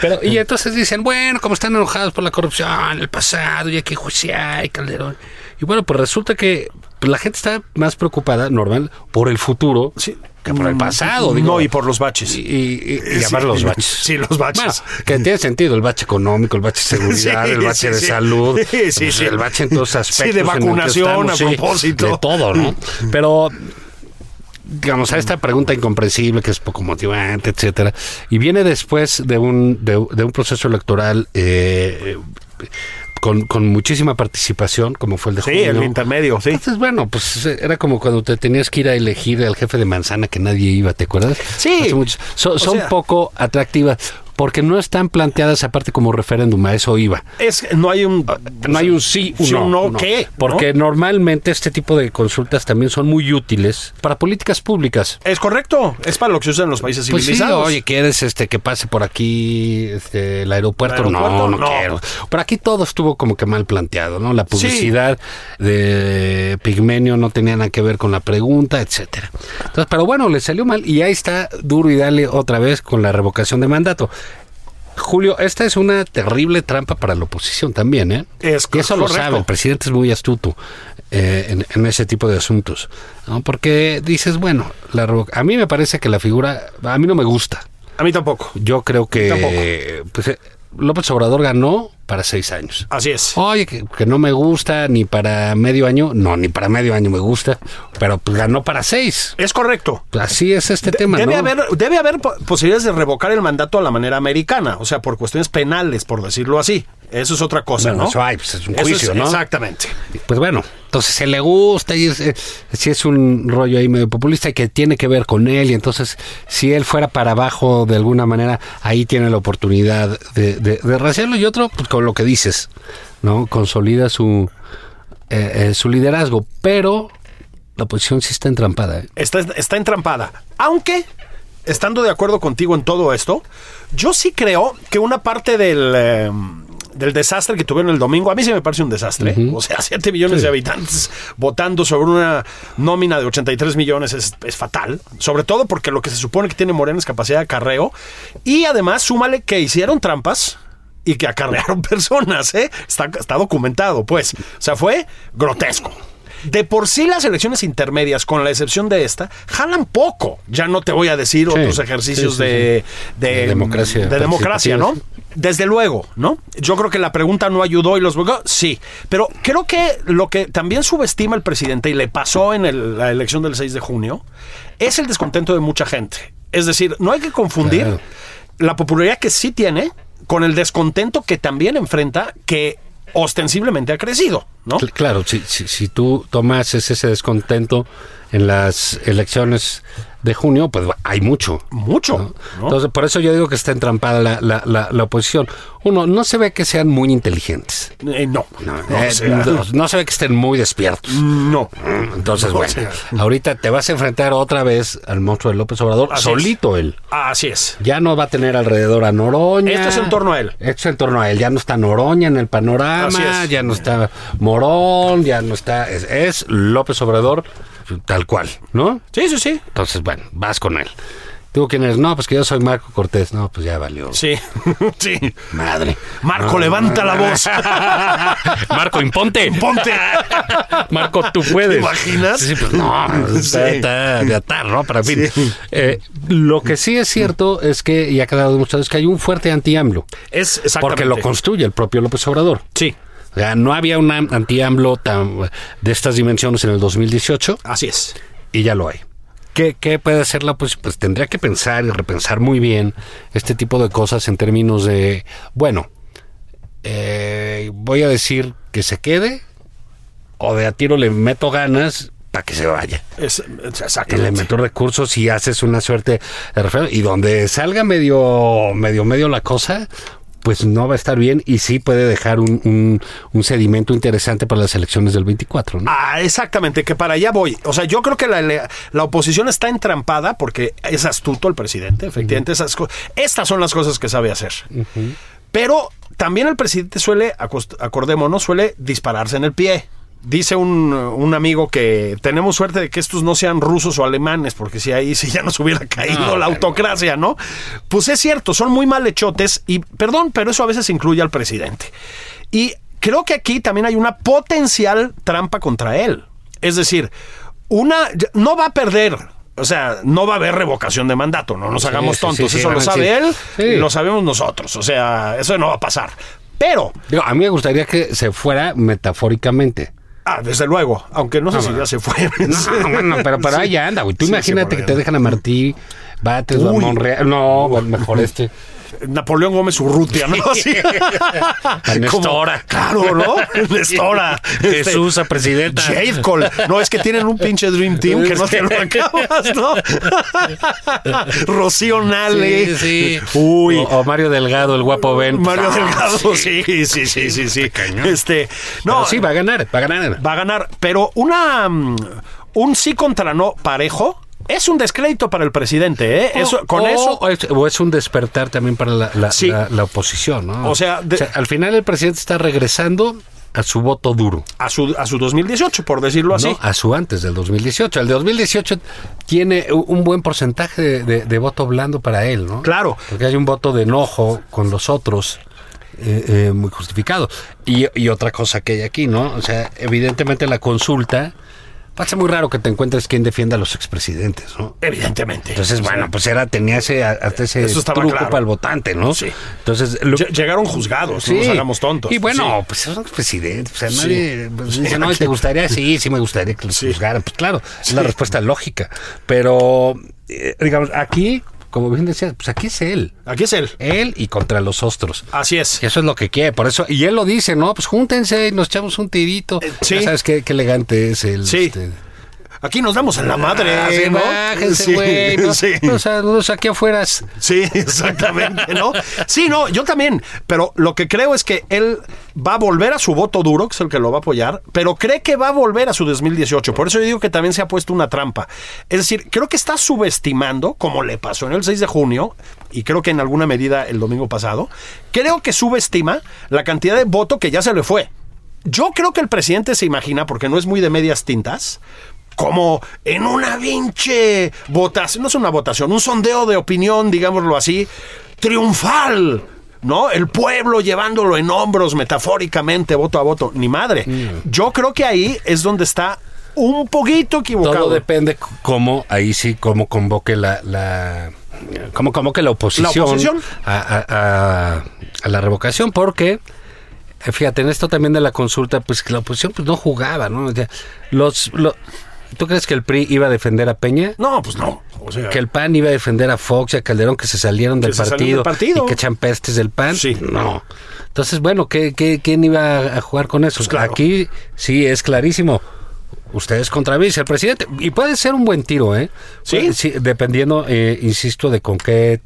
[SPEAKER 2] Pero, y entonces dicen, bueno, como están enojados por la corrupción, el pasado, y hay que juiciar, y Calderón. Y bueno, pues resulta que la gente está más preocupada, normal, por el futuro
[SPEAKER 1] Sí. Mm,
[SPEAKER 2] que por el pasado.
[SPEAKER 1] No,
[SPEAKER 2] digo.
[SPEAKER 1] y por los baches.
[SPEAKER 2] Y, y, y llamar
[SPEAKER 1] Sí.
[SPEAKER 2] los baches.
[SPEAKER 1] Sí, los baches.
[SPEAKER 2] Bueno, que tiene sentido el bache económico, el bache de seguridad,
[SPEAKER 1] Sí,
[SPEAKER 2] el bache
[SPEAKER 1] sí,
[SPEAKER 2] de
[SPEAKER 1] sí.
[SPEAKER 2] salud,
[SPEAKER 1] Sí, sí,
[SPEAKER 2] pues,
[SPEAKER 1] sí.
[SPEAKER 2] el bache en todos
[SPEAKER 1] Sí, de
[SPEAKER 2] aspectos. en el que
[SPEAKER 1] vacunación,
[SPEAKER 2] estamos,
[SPEAKER 1] a
[SPEAKER 2] sí,
[SPEAKER 1] propósito. Mm.
[SPEAKER 2] De todo, ¿no? Pero digamos a esta pregunta incomprensible que es poco motivante, etcétera, y viene después de un de, de un proceso electoral eh, con, con muchísima participación, como fue el de
[SPEAKER 1] Sí,
[SPEAKER 2] junio.
[SPEAKER 1] el intermedio, sí.
[SPEAKER 2] Entonces, bueno, pues era como cuando te tenías que ir a elegir al jefe de manzana que nadie iba, ¿te acuerdas?
[SPEAKER 1] Sí.
[SPEAKER 2] Hace muchos- so-
[SPEAKER 1] O
[SPEAKER 2] son
[SPEAKER 1] sea-
[SPEAKER 2] poco atractivas porque no están planteadas aparte como referéndum, a eso iba.
[SPEAKER 1] Es, no hay un.
[SPEAKER 2] Ah, No hay un sí, un
[SPEAKER 1] Sí,
[SPEAKER 2] no.
[SPEAKER 1] un no,
[SPEAKER 2] un no.
[SPEAKER 1] ¿qué? ¿No?
[SPEAKER 2] Porque normalmente este tipo de consultas también son muy útiles para políticas públicas.
[SPEAKER 1] Es correcto. Es para lo que se usa en los países
[SPEAKER 2] Pues sí,
[SPEAKER 1] civilizados.
[SPEAKER 2] oye, ¿quieres este, que pase por aquí este, el, aeropuerto?
[SPEAKER 1] ¿El aeropuerto?
[SPEAKER 2] No, no,
[SPEAKER 1] No.
[SPEAKER 2] quiero. Por aquí todo estuvo como que mal planteado, ¿no? La publicidad de Pigmenio no tenía nada que ver con la pregunta, etcétera. Entonces, pero bueno, le salió mal y ahí está duro y dale otra vez con la revocación de mandato. Julio, esta es una terrible trampa para la oposición también, ¿eh?
[SPEAKER 1] Es
[SPEAKER 2] Y eso lo
[SPEAKER 1] correcto.
[SPEAKER 2] sabe, el presidente es muy astuto eh, en, en ese tipo de asuntos. ¿no? Porque dices, bueno, la revo- a mí me parece que la figura, a mí no me gusta.
[SPEAKER 1] A mí tampoco.
[SPEAKER 2] Yo creo que
[SPEAKER 1] Tampoco.
[SPEAKER 2] pues, eh, López Obrador ganó para seis años.
[SPEAKER 1] Así es.
[SPEAKER 2] Oye, que, que no me gusta ni para medio año, no, ni para medio año me gusta, pero pues, ganó para seis.
[SPEAKER 1] Es correcto.
[SPEAKER 2] Así es este tema,
[SPEAKER 1] Debe
[SPEAKER 2] ¿no?
[SPEAKER 1] haber, debe haber po- posibilidades de revocar el mandato a la manera americana, o sea, por cuestiones penales, por decirlo así. Eso es otra cosa,
[SPEAKER 2] Bueno,
[SPEAKER 1] ¿no?
[SPEAKER 2] eso hay, pues, es un
[SPEAKER 1] Eso
[SPEAKER 2] juicio, ¿no?
[SPEAKER 1] Exactamente.
[SPEAKER 2] Pues bueno, entonces se le gusta y es, eh, si es un rollo ahí medio populista y que tiene que ver con él y entonces si él fuera para abajo de alguna manera, ahí tiene la oportunidad de, de, de rehacerlo y otro pues, con lo que dices, ¿no? Consolida su, eh, eh, su liderazgo, pero la oposición sí está entrampada. ¿eh?
[SPEAKER 1] Está, está entrampada. Aunque, estando de acuerdo contigo en todo esto, yo sí creo que una parte del... eh, del desastre que tuvieron el domingo, a mí se me parece un desastre. ¿eh? O sea, 7 millones de habitantes votando sobre una nómina de 83 millones es, es fatal. Sobre todo porque lo que se supone que tiene Morena es capacidad de acarreo. Y además, súmale que hicieron trampas y que acarrearon personas, ¿eh? Está, está documentado, pues. O sea, fue grotesco. De por sí las elecciones intermedias, con la excepción de esta, jalan poco. Ya no te voy a decir
[SPEAKER 2] Sí,
[SPEAKER 1] otros ejercicios
[SPEAKER 2] sí, sí,
[SPEAKER 1] de, de-
[SPEAKER 2] De democracia
[SPEAKER 1] de democracia, ¿no?
[SPEAKER 2] participativa.
[SPEAKER 1] Desde luego, ¿no? Yo creo que la pregunta no ayudó y los bloqueó, sí. Pero creo que lo que también subestima el presidente y le pasó en el- la elección del 6 de junio es el descontento de mucha gente. Es decir, no hay que confundir
[SPEAKER 2] Claro.
[SPEAKER 1] la popularidad que sí tiene con el descontento que también enfrenta que ostensiblemente ha crecido, ¿no?
[SPEAKER 2] Cl- Claro, si, si, si tú tomas ese, ese descontento en las elecciones de junio, pues hay mucho.
[SPEAKER 1] Mucho.
[SPEAKER 2] ¿no?
[SPEAKER 1] ¿no?
[SPEAKER 2] Entonces, por eso yo digo que está entrampada la, la, la, la oposición. Uno, no se ve que sean muy inteligentes.
[SPEAKER 1] Eh, no,
[SPEAKER 2] No,
[SPEAKER 1] no,
[SPEAKER 2] Eh,
[SPEAKER 1] o sea,
[SPEAKER 2] no- no se ve que estén muy despiertos.
[SPEAKER 1] no.
[SPEAKER 2] Entonces,
[SPEAKER 1] No, o
[SPEAKER 2] bueno,
[SPEAKER 1] sea.
[SPEAKER 2] ahorita te vas a enfrentar otra vez al monstruo de López Obrador,
[SPEAKER 1] Así
[SPEAKER 2] solito él.
[SPEAKER 1] Así es.
[SPEAKER 2] Ya no va a tener alrededor a Noroña.
[SPEAKER 1] Esto es en torno a él.
[SPEAKER 2] Esto es en torno a él. Ya no está Noroña en el
[SPEAKER 1] Así
[SPEAKER 2] panorama,
[SPEAKER 1] es.
[SPEAKER 2] ya no está Morón, ya no está. Es, es López Obrador tal cual, ¿no?
[SPEAKER 1] Sí, sí, sí.
[SPEAKER 2] Entonces, bueno, vas con él. ¿Tú quién eres? No, pues que yo soy Marco Cortés. No, pues ya valió.
[SPEAKER 1] Sí, sí.
[SPEAKER 2] Madre.
[SPEAKER 1] Marco,
[SPEAKER 2] No,
[SPEAKER 1] levanta la voz.
[SPEAKER 2] Ah. Marco, imponte.
[SPEAKER 1] Ponte.
[SPEAKER 2] Marco, tú puedes.
[SPEAKER 1] ¿Te imaginas?
[SPEAKER 2] Sí, pues, no, está,
[SPEAKER 1] Sí.
[SPEAKER 2] está de atar, ¿no? Pero en fin.
[SPEAKER 1] Sí.
[SPEAKER 2] Eh, lo que sí es cierto es que, y ha quedado demostrado, es que hay un fuerte anti-AMLO.
[SPEAKER 1] Es exactamente.
[SPEAKER 2] Porque lo construye el propio López Obrador.
[SPEAKER 1] Sí,
[SPEAKER 2] O sea, no había un am- anti-AMLO tan- de estas dimensiones en el 2018
[SPEAKER 1] así es.
[SPEAKER 2] y ya lo hay. ¿Qué, qué puede hacer la oposición? Pues tendría que pensar y repensar muy bien este tipo de cosas en términos de, bueno, eh, voy a decir que se quede o de a tiro le meto ganas para que se vaya.
[SPEAKER 1] Es, es
[SPEAKER 2] Y le
[SPEAKER 1] exactamente.
[SPEAKER 2] meto recursos y haces una suerte de referéndum. Y donde salga medio, medio, medio la cosa, pues no va a estar bien y sí puede dejar un, un- un sedimento interesante para las elecciones del 24. ¿no?
[SPEAKER 1] Ah, exactamente, que para allá voy. O sea, yo creo que la, la- la oposición está entrampada porque es astuto el presidente, efectivamente. esas co- estas son las cosas que sabe hacer. Pero también el presidente suele, acost- acordémonos, suele dispararse en el pie. Dice un, un amigo que tenemos suerte de que estos no sean rusos o alemanes, porque si ahí si ya nos hubiera caído la autocracia, ¿no? Pues es cierto, son muy malhechotes y, perdón, pero eso a veces incluye al presidente. Y creo que aquí también hay una potencial trampa contra él. Es decir, una no va a perder. O sea, no va a haber revocación de mandato, no nos Pues hagamos
[SPEAKER 2] sí,
[SPEAKER 1] tontos.
[SPEAKER 2] sí, sí,
[SPEAKER 1] eso lo
[SPEAKER 2] sí.
[SPEAKER 1] sabe él
[SPEAKER 2] Sí.
[SPEAKER 1] y lo sabemos nosotros. O sea, eso no va a pasar. Pero,
[SPEAKER 2] Digo, a mí me gustaría que se fuera metafóricamente.
[SPEAKER 1] ah, desde luego, aunque no sé si ya se fue.
[SPEAKER 2] Ah, No, bueno, pero, pero ahí anda, güey. Tú
[SPEAKER 1] Sí,
[SPEAKER 2] imagínate
[SPEAKER 1] sí,
[SPEAKER 2] que
[SPEAKER 1] por
[SPEAKER 2] te
[SPEAKER 1] ahí.
[SPEAKER 2] dejan a Martí, Bates, o a
[SPEAKER 1] Uy.
[SPEAKER 2] Monreal. No, bueno, mejor este.
[SPEAKER 1] Napoleón Gómez Urrutia, ¿no? Así.
[SPEAKER 2] A Nestora.
[SPEAKER 1] Como- claro, ¿no? Nestora. Este,
[SPEAKER 2] Jesús, a presidenta.
[SPEAKER 1] Jade Cole. No, es que tienen un pinche Dream Team que no te lo acabas, ¿no? Rocío Nale.
[SPEAKER 2] Sí, sí.
[SPEAKER 1] Uy.
[SPEAKER 2] O, o Mario Delgado, el guapo Ben.
[SPEAKER 1] Mario
[SPEAKER 2] Ah,
[SPEAKER 1] Delgado, sí, sí, sí, sí, sí. Este,
[SPEAKER 2] pero
[SPEAKER 1] no,
[SPEAKER 2] sí, va a ganar, va a ganar.
[SPEAKER 1] va a ganar, pero una mm, un sí contra no parejo es un descrédito para el presidente, ¿eh?
[SPEAKER 2] Oh,
[SPEAKER 1] Eso, con
[SPEAKER 2] O-
[SPEAKER 1] eso
[SPEAKER 2] O es, o es un despertar también para la, la-
[SPEAKER 1] Sí.
[SPEAKER 2] la- la oposición, ¿no?
[SPEAKER 1] O sea, de-
[SPEAKER 2] al final el presidente está regresando a su voto duro.
[SPEAKER 1] a su a su 2018, por decirlo así.
[SPEAKER 2] ¿no? A su antes del 2018. El de 2018 tiene u- un buen porcentaje de, de- de voto blando para él, ¿no?
[SPEAKER 1] Claro.
[SPEAKER 2] Porque hay un voto de enojo con los otros. eh, eh, muy justificado. Y, y otra cosa que hay aquí, ¿no? O sea, evidentemente la consulta, pasa muy raro que te encuentres quien defienda a los expresidentes, ¿no?
[SPEAKER 1] Evidentemente.
[SPEAKER 2] Entonces, bueno, pues era, tenía ese, hasta ese
[SPEAKER 1] Eso estaba
[SPEAKER 2] truco
[SPEAKER 1] claro.
[SPEAKER 2] para el votante, ¿no?
[SPEAKER 1] Sí.
[SPEAKER 2] Entonces, lo-
[SPEAKER 1] Lle- Llegaron juzgados, no nos hagamos tontos.
[SPEAKER 2] Y bueno,
[SPEAKER 1] Sí.
[SPEAKER 2] pues son los presidentes. O sea, nadie pues, dice, no, ¿te gustaría? Sí, sí me gustaría que los juzgaran. Pues claro, es la respuesta lógica. Pero, eh, digamos, aquí, como bien decías, pues aquí es él.
[SPEAKER 1] Aquí es él.
[SPEAKER 2] Él y contra los ostros.
[SPEAKER 1] Así es.
[SPEAKER 2] Y eso es lo que quiere, por eso, y él lo dice, ¿no? Pues júntense y nos echamos un tirito.
[SPEAKER 1] Eh, sí.
[SPEAKER 2] Ya sabes qué, qué elegante es el este,
[SPEAKER 1] Sí. Aquí nos damos en la madre,
[SPEAKER 2] Ah, sí,
[SPEAKER 1] ¿no?
[SPEAKER 2] bájense,
[SPEAKER 1] Sí,
[SPEAKER 2] güey. ¿no?
[SPEAKER 1] sí.
[SPEAKER 2] O sea, los aquí afuera.
[SPEAKER 1] Sí, exactamente, ¿no? Sí, no, yo también. Pero lo que creo es que él va a volver a su voto duro, que es el que lo va a apoyar, pero cree que va a volver a su 2018. Por eso yo digo que también se ha puesto una trampa. Es decir, creo que está subestimando, como le pasó en el 6 de junio, y creo que en alguna medida el domingo pasado, creo que subestima la cantidad de voto que ya se le fue. Yo creo que el presidente se imagina, porque no es muy de medias tintas, como en una pinche votación, no es una votación, un sondeo de opinión, digámoslo así, triunfal. ¿no? El pueblo llevándolo en hombros metafóricamente, voto a voto. Ni madre.
[SPEAKER 2] Mm.
[SPEAKER 1] Yo creo que ahí es donde está un poquito equivocado.
[SPEAKER 2] Todo depende c- cómo, ahí sí, cómo convoque la, la cómo convoque la oposición,
[SPEAKER 1] La oposición.
[SPEAKER 2] A, a- a- a la revocación, porque eh, fíjate, en esto también de la consulta, pues que la oposición pues, no jugaba, ¿no? O sea, los, lo- ¿Tú crees que el PRI iba a defender a Peña?
[SPEAKER 1] No, pues no. O sea,
[SPEAKER 2] Que el PAN iba a defender a Fox y a Calderón que se salieron del,
[SPEAKER 1] se
[SPEAKER 2] partido,
[SPEAKER 1] salieron del partido.
[SPEAKER 2] y que echan pestes del PAN.
[SPEAKER 1] Sí.
[SPEAKER 2] No. Entonces, bueno, ¿qué, qué, quién iba a jugar con eso?
[SPEAKER 1] Pues claro.
[SPEAKER 2] Aquí sí es clarísimo. Ustedes contra mí, el presidente. Y puede ser un buen tiro, ¿eh?
[SPEAKER 1] Sí.
[SPEAKER 2] Puede- dependiendo, eh, insisto, de con qué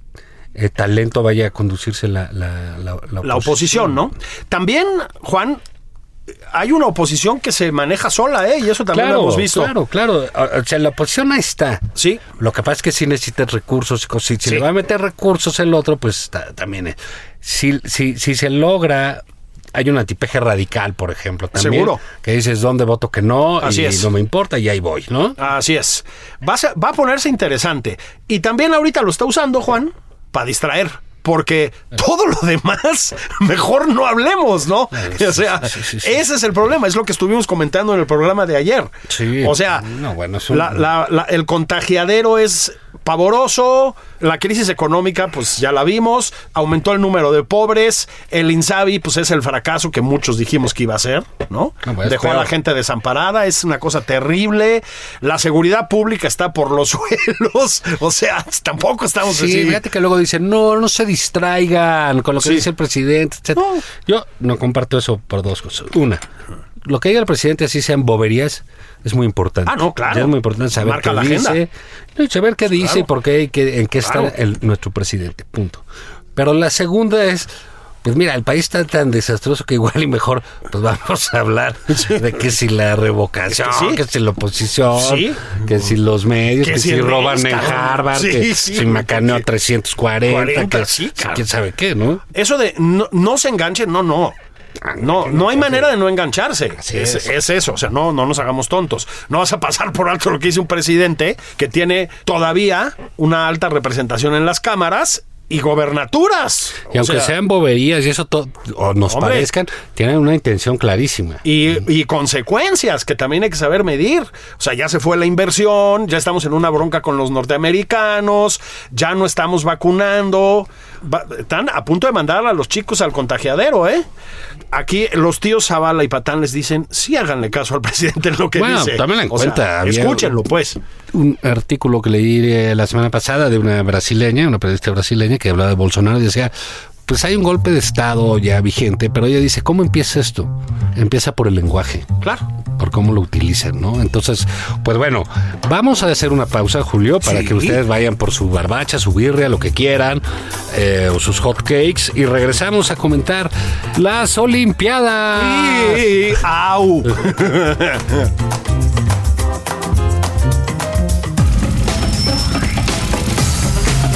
[SPEAKER 2] eh, talento vaya a conducirse la, la, la-
[SPEAKER 1] la oposición, ¿no? También, Juan, hay una oposición que se maneja sola, ¿eh? Y eso también
[SPEAKER 2] Claro,
[SPEAKER 1] lo hemos visto.
[SPEAKER 2] claro, claro. O o sea, la oposición ahí está.
[SPEAKER 1] Sí.
[SPEAKER 2] Lo que pasa es que si necesitas recursos, y cosas. si,
[SPEAKER 1] Sí.
[SPEAKER 2] si le va a meter recursos el otro, pues ta- también es. Si, si, si se logra, hay un antipeje radical, por ejemplo, también.
[SPEAKER 1] Seguro.
[SPEAKER 2] Que dices, ¿dónde voto que no?
[SPEAKER 1] Así
[SPEAKER 2] y
[SPEAKER 1] es.
[SPEAKER 2] no me importa y ahí voy, ¿no?
[SPEAKER 1] Así es. Va a, ser- va a ponerse interesante. Y también ahorita lo está usando, Juan, para distraer. Porque todo lo demás, mejor no hablemos, ¿no?
[SPEAKER 2] sí,
[SPEAKER 1] O sea,
[SPEAKER 2] sí, sí, sí.
[SPEAKER 1] ese es el problema, es lo que estuvimos comentando en el programa de ayer.
[SPEAKER 2] Sí.
[SPEAKER 1] O sea,
[SPEAKER 2] No, bueno, es un-
[SPEAKER 1] la- la- la- el contagiadero es pavoroso, la crisis económica, pues ya la vimos, aumentó el número de pobres, el Insabi, pues es el fracaso que muchos dijimos que iba a ser, ¿no?
[SPEAKER 2] No, pues,
[SPEAKER 1] Dejó a
[SPEAKER 2] peor.
[SPEAKER 1] la gente desamparada, es una cosa terrible. La seguridad pública está por los suelos, o sea, tampoco estamos
[SPEAKER 2] Sí,
[SPEAKER 1] así.
[SPEAKER 2] fíjate que luego dicen, no, no se distraigan con lo que
[SPEAKER 1] Sí.
[SPEAKER 2] dice el presidente, etc.
[SPEAKER 1] No.
[SPEAKER 2] Yo no comparto eso por dos cosas. Una, lo que diga el presidente, así sean boberías, es muy importante.
[SPEAKER 1] Ah, no, claro.
[SPEAKER 2] Ya es muy importante saber
[SPEAKER 1] Marca
[SPEAKER 2] qué
[SPEAKER 1] la
[SPEAKER 2] dice.
[SPEAKER 1] agenda.
[SPEAKER 2] No, y saber qué dice y por qué, y qué- en qué está
[SPEAKER 1] Claro.
[SPEAKER 2] el- nuestro presidente, punto. Pero la segunda es... Pues mira, el país está tan desastroso que igual y mejor, pues vamos a hablar de que si la revocación,
[SPEAKER 1] sí.
[SPEAKER 2] que si la oposición,
[SPEAKER 1] Sí.
[SPEAKER 2] que si los medios,
[SPEAKER 1] Que
[SPEAKER 2] que,
[SPEAKER 1] si
[SPEAKER 2] si
[SPEAKER 1] el
[SPEAKER 2] roban
[SPEAKER 1] Reis,
[SPEAKER 2] en
[SPEAKER 1] cabrón.
[SPEAKER 2] Harvard,
[SPEAKER 1] Sí,
[SPEAKER 2] que
[SPEAKER 1] sí,
[SPEAKER 2] si macaneó a
[SPEAKER 1] porque-
[SPEAKER 2] 340,
[SPEAKER 1] 40,
[SPEAKER 2] que
[SPEAKER 1] sí, cabrón.
[SPEAKER 2] quién sabe qué, ¿no?
[SPEAKER 1] Eso de no, no se enganchen, no, no. No, no hay manera de no engancharse.
[SPEAKER 2] Así
[SPEAKER 1] es,
[SPEAKER 2] es.
[SPEAKER 1] es eso. O sea, no, no nos hagamos tontos. No vas a pasar por alto lo que dice un presidente que tiene todavía una alta representación en las cámaras y gobernaturas.
[SPEAKER 2] Y
[SPEAKER 1] O
[SPEAKER 2] aunque
[SPEAKER 1] sea,
[SPEAKER 2] sean boberías y eso to- o nos
[SPEAKER 1] Hombre.
[SPEAKER 2] parezcan, tienen una intención clarísima.
[SPEAKER 1] Y, y consecuencias que también hay que saber medir. O sea, ya se fue la inversión, ya estamos en una bronca con los norteamericanos, ya no estamos vacunando. Va- están a punto de mandar a los chicos al contagiadero, ¿eh? Aquí los tíos Zavala y Patán les dicen, sí háganle caso al presidente en lo que
[SPEAKER 2] Bueno,
[SPEAKER 1] dice.
[SPEAKER 2] tómenlo en
[SPEAKER 1] O sea,
[SPEAKER 2] cuenta, había-
[SPEAKER 1] escúchenlo, pues.
[SPEAKER 2] Un artículo que leí eh, la semana pasada de una brasileña, una periodista brasileña que hablaba de Bolsonaro y decía, pues hay un golpe de Estado ya vigente, pero ella dice, ¿cómo empieza esto? Empieza por el lenguaje.
[SPEAKER 1] Claro.
[SPEAKER 2] por cómo lo utilizan, ¿no? Entonces, pues bueno, vamos a hacer una pausa, Julio, para
[SPEAKER 1] Sí.
[SPEAKER 2] que ustedes vayan por su barbacha, su birria, lo que quieran, eh, o sus hot cakes, y regresamos a comentar las Olimpiadas.
[SPEAKER 1] Y- ¡Au!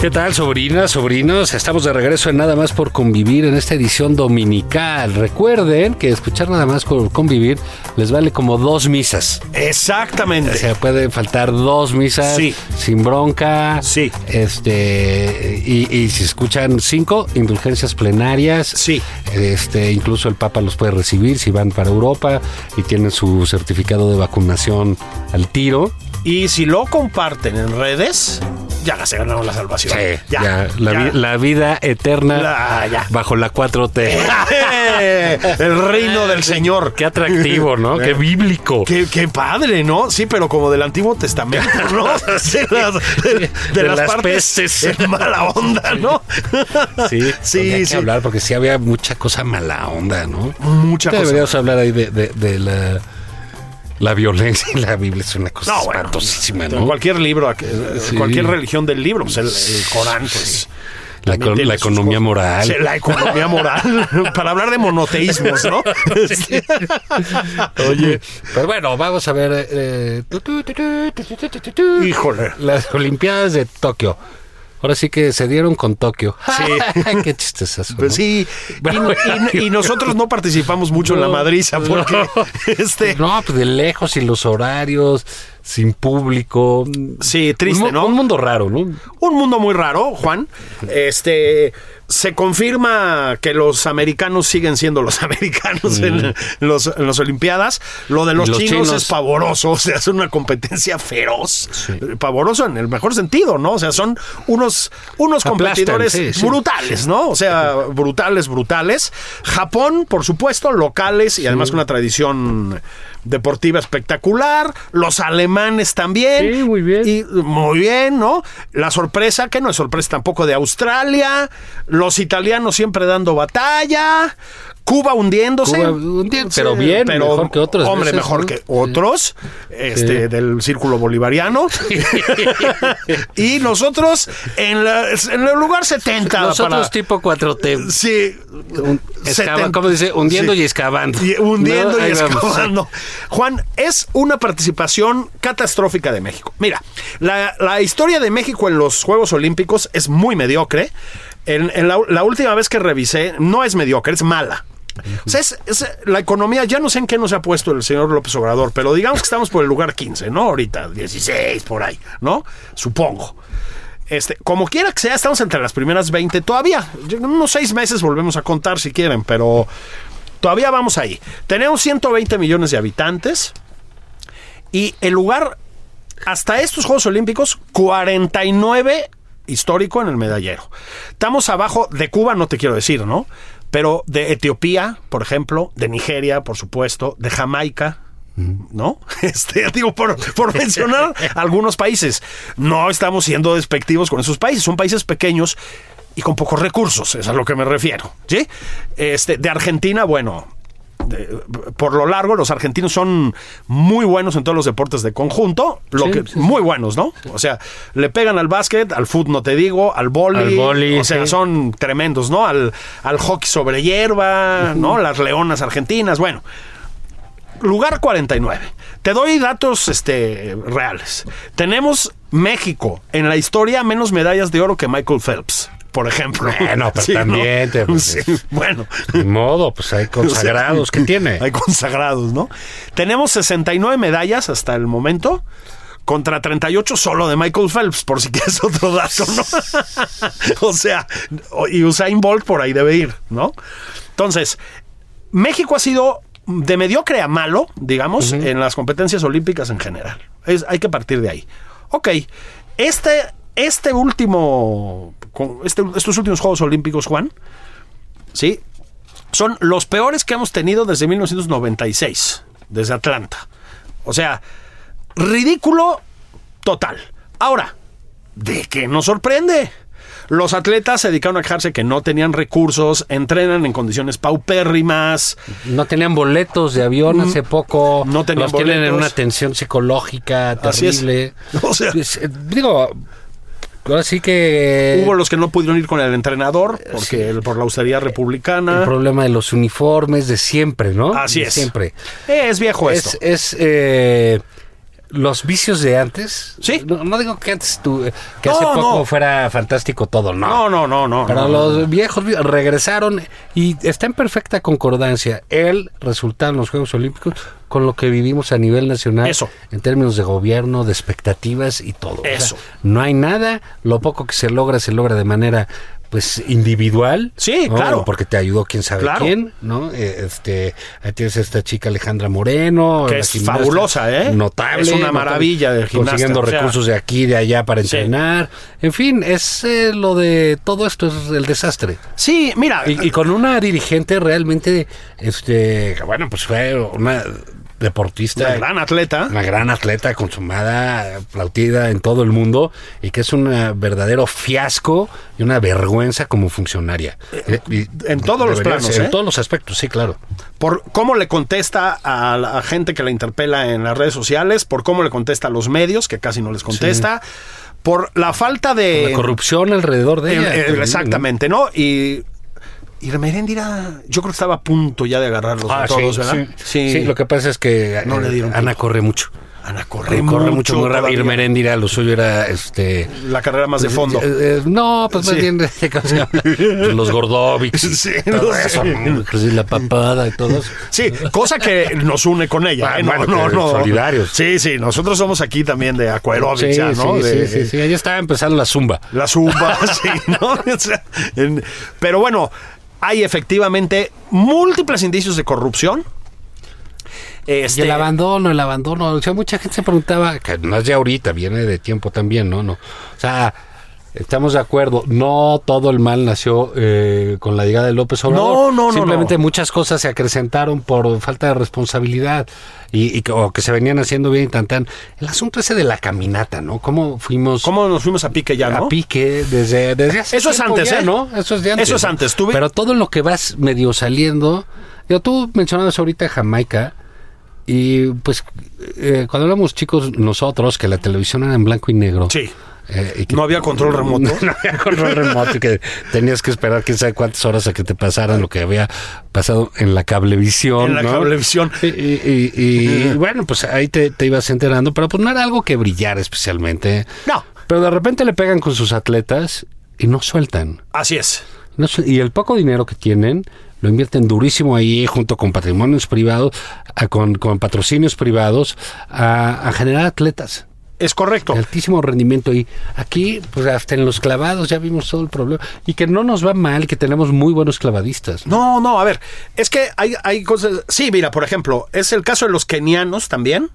[SPEAKER 2] ¿Qué tal, sobrinas, sobrinos? Estamos de regreso en Nada más por convivir en esta edición dominical. Recuerden que escuchar Nada más por convivir les vale como dos misas. O
[SPEAKER 1] Exactamente.
[SPEAKER 2] sea, puede faltar dos misas
[SPEAKER 1] Sí.
[SPEAKER 2] sin bronca.
[SPEAKER 1] Sí.
[SPEAKER 2] Este y, y si escuchan cinco indulgencias plenarias.
[SPEAKER 1] Sí.
[SPEAKER 2] Este, incluso el Papa los puede recibir si van para Europa y tienen su certificado de vacunación al tiro.
[SPEAKER 1] Y si lo comparten en redes, ya se ganaron la salvación.
[SPEAKER 2] ya, la, vi- la vida eterna
[SPEAKER 1] La- ya.
[SPEAKER 2] bajo la 4T.
[SPEAKER 1] El reino del Señor.
[SPEAKER 2] Qué atractivo, ¿no? Qué bíblico.
[SPEAKER 1] Qué, qué padre, ¿no? Sí, pero como del Antiguo Testamento, ¿no? De las, de- de
[SPEAKER 2] De
[SPEAKER 1] las
[SPEAKER 2] las
[SPEAKER 1] partes
[SPEAKER 2] pestes.
[SPEAKER 1] en mala onda, ¿no?
[SPEAKER 2] Sí, pues habría
[SPEAKER 1] sí,
[SPEAKER 2] que
[SPEAKER 1] sí.
[SPEAKER 2] hablar porque sí había mucha cosa mala onda, ¿no?
[SPEAKER 1] Mucha cosa.
[SPEAKER 2] Deberíamos hablar ahí de, de- de la la violencia y la Biblia es una cosa
[SPEAKER 1] No, bueno,
[SPEAKER 2] espantosísima,
[SPEAKER 1] En
[SPEAKER 2] ¿no?
[SPEAKER 1] cualquier libro, aqu- eh,
[SPEAKER 2] Sí.
[SPEAKER 1] cualquier religión del libro, pues el, el Corán, pues.
[SPEAKER 2] La,
[SPEAKER 1] también
[SPEAKER 2] econ-
[SPEAKER 1] tiene
[SPEAKER 2] la
[SPEAKER 1] sus
[SPEAKER 2] economía
[SPEAKER 1] cosas.
[SPEAKER 2] moral.
[SPEAKER 1] Sí, La economía moral. Para hablar de monoteísmos, ¿no? Sí.
[SPEAKER 2] Oye, pues bueno, vamos a ver. eh, tu, tu, tu, tu, tu, tu, tu, tu, tu.
[SPEAKER 1] Híjole.
[SPEAKER 2] Las Olimpiadas de Tokio. Ahora sí que se dieron con Tokio.
[SPEAKER 1] Sí.
[SPEAKER 2] Qué chistesazo.
[SPEAKER 1] Pues
[SPEAKER 2] ¿no?
[SPEAKER 1] sí. Y, y- y nosotros no participamos mucho en la
[SPEAKER 2] No,
[SPEAKER 1] madriza porque este
[SPEAKER 2] No, pues de lejos y los horarios, sin público.
[SPEAKER 1] Sí, triste,
[SPEAKER 2] Un mu-
[SPEAKER 1] ¿no?
[SPEAKER 2] Un mundo raro, ¿no?
[SPEAKER 1] un mundo muy raro, Juan. Este se confirma que los americanos siguen siendo los americanos en, los, en las Olimpiadas. Lo de los,
[SPEAKER 2] Los
[SPEAKER 1] chinos,
[SPEAKER 2] chinos.
[SPEAKER 1] es pavoroso, o sea, es una competencia feroz.
[SPEAKER 2] Sí.
[SPEAKER 1] Pavoroso en el mejor sentido, ¿no? O sea, son unos, unos
[SPEAKER 2] Aplastan,
[SPEAKER 1] competidores
[SPEAKER 2] sí, sí.
[SPEAKER 1] brutales, ¿no? O sea, brutales, brutales. Japón, por supuesto, locales y además con una tradición deportiva espectacular. Los alemanes también.
[SPEAKER 2] Sí, muy bien.
[SPEAKER 1] Y y muy bien, ¿no? La sorpresa, que no es sorpresa tampoco de Australia, los italianos siempre dando batalla, Cuba hundiéndose.
[SPEAKER 2] Cuba hundiendo, pero bien, mejor que otras
[SPEAKER 1] Hombre,
[SPEAKER 2] veces,
[SPEAKER 1] mejor
[SPEAKER 2] ¿no?
[SPEAKER 1] que
[SPEAKER 2] Sí.
[SPEAKER 1] otros, este, del círculo bolivariano. y nosotros en, la- en el lugar 70.
[SPEAKER 2] Nosotros
[SPEAKER 1] para-
[SPEAKER 2] tipo 4T.
[SPEAKER 1] Sí,
[SPEAKER 2] Excava-
[SPEAKER 1] 70.
[SPEAKER 2] ¿Cómo dice? Hundiendo
[SPEAKER 1] Sí.
[SPEAKER 2] y excavando.
[SPEAKER 1] Y hundiendo
[SPEAKER 2] ¿No?
[SPEAKER 1] y
[SPEAKER 2] Ahí vamos.
[SPEAKER 1] excavando. Juan, es una participación catastrófica de México. Mira, la, la historia de México en los Juegos Olímpicos es muy mediocre. En, en la, la última vez que revisé, no es mediocre, es mala. O sea, es- es- la economía, ya no sé en qué nos ha puesto el señor López Obrador, pero digamos que estamos por el lugar 15, ¿no? Ahorita, 16, por ahí, ¿no? Supongo. Este, como quiera que sea, estamos entre las primeras 20 todavía. Yo- en Unos seis meses volvemos a contar si quieren, pero todavía vamos ahí. Tenemos 120 millones de habitantes y el lugar hasta estos Juegos Olímpicos 49 histórico en el medallero. Estamos abajo de Cuba, no te quiero decir, ¿no? Pero de Etiopía, por ejemplo, de Nigeria, por supuesto, de Jamaica, ¿no? Este, digo, por, por mencionar algunos países. No estamos siendo despectivos con esos países, son países pequeños y con pocos recursos, es a lo que me refiero, ¿sí? Este, de Argentina, bueno, de- por lo largo, los argentinos son muy buenos en todos los deportes de conjunto, lo
[SPEAKER 2] Sí,
[SPEAKER 1] que,
[SPEAKER 2] sí, sí.
[SPEAKER 1] muy buenos, ¿no? O sea, le pegan al básquet, al fútbol, no te digo, al vóley,
[SPEAKER 2] Al vóley,
[SPEAKER 1] o sea,
[SPEAKER 2] sí.
[SPEAKER 1] son tremendos, ¿no? Al, al hockey sobre hierba, ¿no? Las leonas argentinas, bueno. Lugar 49. Te doy datos este, reales. Tenemos México en la historia menos medallas de oro que Michael Phelps, por ejemplo.
[SPEAKER 2] Bueno, pero
[SPEAKER 1] ¿no?
[SPEAKER 2] también te- pues,
[SPEAKER 1] Sí, bueno.
[SPEAKER 2] Ni modo, pues hay consagrados. ¿Qué tiene?
[SPEAKER 1] Hay consagrados, ¿no? Tenemos 69 medallas hasta el momento. Contra 38 solo de Michael Phelps, por si quieres otro dato, ¿no? o sea, y Usain Bolt por ahí debe ir, ¿no? Entonces, México ha sido de mediocre a malo, digamos, en las competencias olímpicas en general. Es- hay que partir de ahí. Ok, este, este último, con- este- estos últimos Juegos Olímpicos, Juan, ¿sí? Son los peores que hemos tenido desde 1996, desde Atlanta. O sea, ridículo total. Ahora, ¿de qué nos sorprende? Los atletas se dedicaron a quejarse que no tenían recursos, entrenan en condiciones paupérrimas,
[SPEAKER 2] No tenían boletos de avión hace poco.
[SPEAKER 1] Mm. no tenían
[SPEAKER 2] Los tienen en
[SPEAKER 1] boletos.
[SPEAKER 2] una tensión psicológica
[SPEAKER 1] Así es.
[SPEAKER 2] terrible.
[SPEAKER 1] O sea-
[SPEAKER 2] Pues, eh, digo, ahora sí que.
[SPEAKER 1] Hubo los que no pudieron ir con el entrenador porque
[SPEAKER 2] sí.
[SPEAKER 1] el- por la austeridad
[SPEAKER 2] el
[SPEAKER 1] republicana.
[SPEAKER 2] problema de los uniformes de siempre, ¿no?
[SPEAKER 1] Así
[SPEAKER 2] De
[SPEAKER 1] es.
[SPEAKER 2] Siempre.
[SPEAKER 1] Eh, es viejo esto.
[SPEAKER 2] Es, es eh, los vicios de antes.
[SPEAKER 1] Sí.
[SPEAKER 2] No, no digo que antes tú, que
[SPEAKER 1] No,
[SPEAKER 2] hace poco
[SPEAKER 1] no.
[SPEAKER 2] fuera fantástico todo, no.
[SPEAKER 1] no, no, no, no.
[SPEAKER 2] Pero
[SPEAKER 1] no,
[SPEAKER 2] los
[SPEAKER 1] no.
[SPEAKER 2] viejos vi- regresaron y está en perfecta concordancia el resultado en los Juegos Olímpicos con lo que vivimos a nivel nacional.
[SPEAKER 1] Eso.
[SPEAKER 2] En términos de gobierno, de expectativas y todo. O sea,
[SPEAKER 1] Eso.
[SPEAKER 2] no hay nada. Lo poco que se logra, se logra de manera pues individual.
[SPEAKER 1] Sí,
[SPEAKER 2] ¿no?
[SPEAKER 1] claro.
[SPEAKER 2] Porque te ayudó quién sabe
[SPEAKER 1] Claro.
[SPEAKER 2] quién, ¿no? Eh, Este, ahí tienes a esta chica Alejandra Moreno.
[SPEAKER 1] Que
[SPEAKER 2] la
[SPEAKER 1] es
[SPEAKER 2] gimnasta
[SPEAKER 1] fabulosa, ¿eh?
[SPEAKER 2] Notable.
[SPEAKER 1] Es una
[SPEAKER 2] notable,
[SPEAKER 1] maravilla de gimnasta,
[SPEAKER 2] Consiguiendo
[SPEAKER 1] o sea.
[SPEAKER 2] recursos de aquí y de allá para
[SPEAKER 1] Sí.
[SPEAKER 2] entrenar. En fin, es eh, lo de todo esto, es el desastre.
[SPEAKER 1] Sí, mira.
[SPEAKER 2] Y, y con una dirigente realmente, este, bueno, pues fue una deportista.
[SPEAKER 1] Una gran atleta.
[SPEAKER 2] Una gran atleta consumada, aplaudida en todo el mundo y que es un eh, verdadero fiasco y una vergüenza como funcionaria. Eh, Y-
[SPEAKER 1] Eh, en todos los
[SPEAKER 2] debería
[SPEAKER 1] planos,
[SPEAKER 2] ser,
[SPEAKER 1] ¿eh?
[SPEAKER 2] En todos los aspectos, sí, claro.
[SPEAKER 1] por cómo le contesta a la gente que la interpela en las redes sociales, por cómo le contesta a los medios, que casi no les contesta, por la falta de...
[SPEAKER 2] La corrupción alrededor de
[SPEAKER 1] Eh,
[SPEAKER 2] ella.
[SPEAKER 1] eh, exactamente, ¿no? Y... Y Remeréndira, yo creo que estaba a punto ya de agarrarlos a
[SPEAKER 2] Ah, sí,
[SPEAKER 1] todos, ¿verdad?
[SPEAKER 2] sí. Sí, lo que pasa es que
[SPEAKER 1] No
[SPEAKER 2] eh,
[SPEAKER 1] le dieron
[SPEAKER 2] Ana corre mucho.
[SPEAKER 1] Ana corre,
[SPEAKER 2] Corre, mucho, muy rápido.
[SPEAKER 1] todavía.
[SPEAKER 2] Irmeréndira, lo suyo era este.
[SPEAKER 1] La carrera más de fondo.
[SPEAKER 2] Eh, eh, no, pues más
[SPEAKER 1] Sí.
[SPEAKER 2] bien ¿cómo se llama? los Gordovics. y
[SPEAKER 1] Sí,
[SPEAKER 2] todo
[SPEAKER 1] no sé.
[SPEAKER 2] eso, ¿no? Sí, la papada y todo eso.
[SPEAKER 1] Sí, cosa que nos une con ella.
[SPEAKER 2] Ah,
[SPEAKER 1] ¿eh? No,
[SPEAKER 2] bueno,
[SPEAKER 1] no,
[SPEAKER 2] que
[SPEAKER 1] no.
[SPEAKER 2] solidarios.
[SPEAKER 1] Sí, sí, nosotros somos aquí también de Acuerovic,
[SPEAKER 2] Sí,
[SPEAKER 1] ¿no?
[SPEAKER 2] sí,
[SPEAKER 1] De-
[SPEAKER 2] sí, sí, sí. Ahí estaba empezando la zumba.
[SPEAKER 1] La zumba, sí, ¿no? O sea, en- pero bueno, hay efectivamente múltiples indicios de corrupción.
[SPEAKER 2] Y
[SPEAKER 1] Este,
[SPEAKER 2] el abandono, el abandono. O sea, mucha gente se preguntaba, que no es de ahorita, viene de tiempo también, ¿no? no O sea, estamos de acuerdo, no todo el mal nació eh, con la llegada de López Obrador.
[SPEAKER 1] No, no, no,
[SPEAKER 2] Simplemente
[SPEAKER 1] no.
[SPEAKER 2] muchas cosas se acrecentaron por falta de responsabilidad y, y que, o que se venían haciendo bien y tan tan. El asunto ese de la caminata, ¿no? ¿Cómo fuimos
[SPEAKER 1] ¿Cómo nos fuimos a pique ya, no?
[SPEAKER 2] a pique desde, desde hace
[SPEAKER 1] Eso es
[SPEAKER 2] tiempo
[SPEAKER 1] antes,
[SPEAKER 2] ya,
[SPEAKER 1] ¿eh?
[SPEAKER 2] ¿no? Eso es de antes.
[SPEAKER 1] Eso es antes, tú ve-
[SPEAKER 2] Pero todo lo que vas medio saliendo. Yo, tú mencionabas ahorita Jamaica. Y pues, eh, cuando éramos chicos nosotros, que la televisión era en blanco y negro.
[SPEAKER 1] Sí.
[SPEAKER 2] eh, y que-
[SPEAKER 1] No había control remoto.
[SPEAKER 2] no había control remoto y que tenías que esperar quién sabe cuántas horas a que te pasaran lo que había pasado en la cablevisión.
[SPEAKER 1] En la
[SPEAKER 2] ¿no?
[SPEAKER 1] cablevisión.
[SPEAKER 2] Y, y- y- y, bueno, pues ahí te, te ibas enterando, pero pues no era algo que brillara especialmente.
[SPEAKER 1] No.
[SPEAKER 2] Pero de repente le pegan con sus atletas y no sueltan.
[SPEAKER 1] Así es.
[SPEAKER 2] No su- y el poco dinero que tienen lo invierten durísimo ahí junto con patrimonios privados, a- con, con patrocinios privados, a, a generar atletas.
[SPEAKER 1] Es correcto.
[SPEAKER 2] De altísimo rendimiento y aquí pues hasta en los clavados ya vimos todo el problema y que no nos va mal que tenemos muy buenos clavadistas
[SPEAKER 1] No, no, a ver, es que hay, hay cosas... Sí, mira, por ejemplo, es el caso de los kenianos también,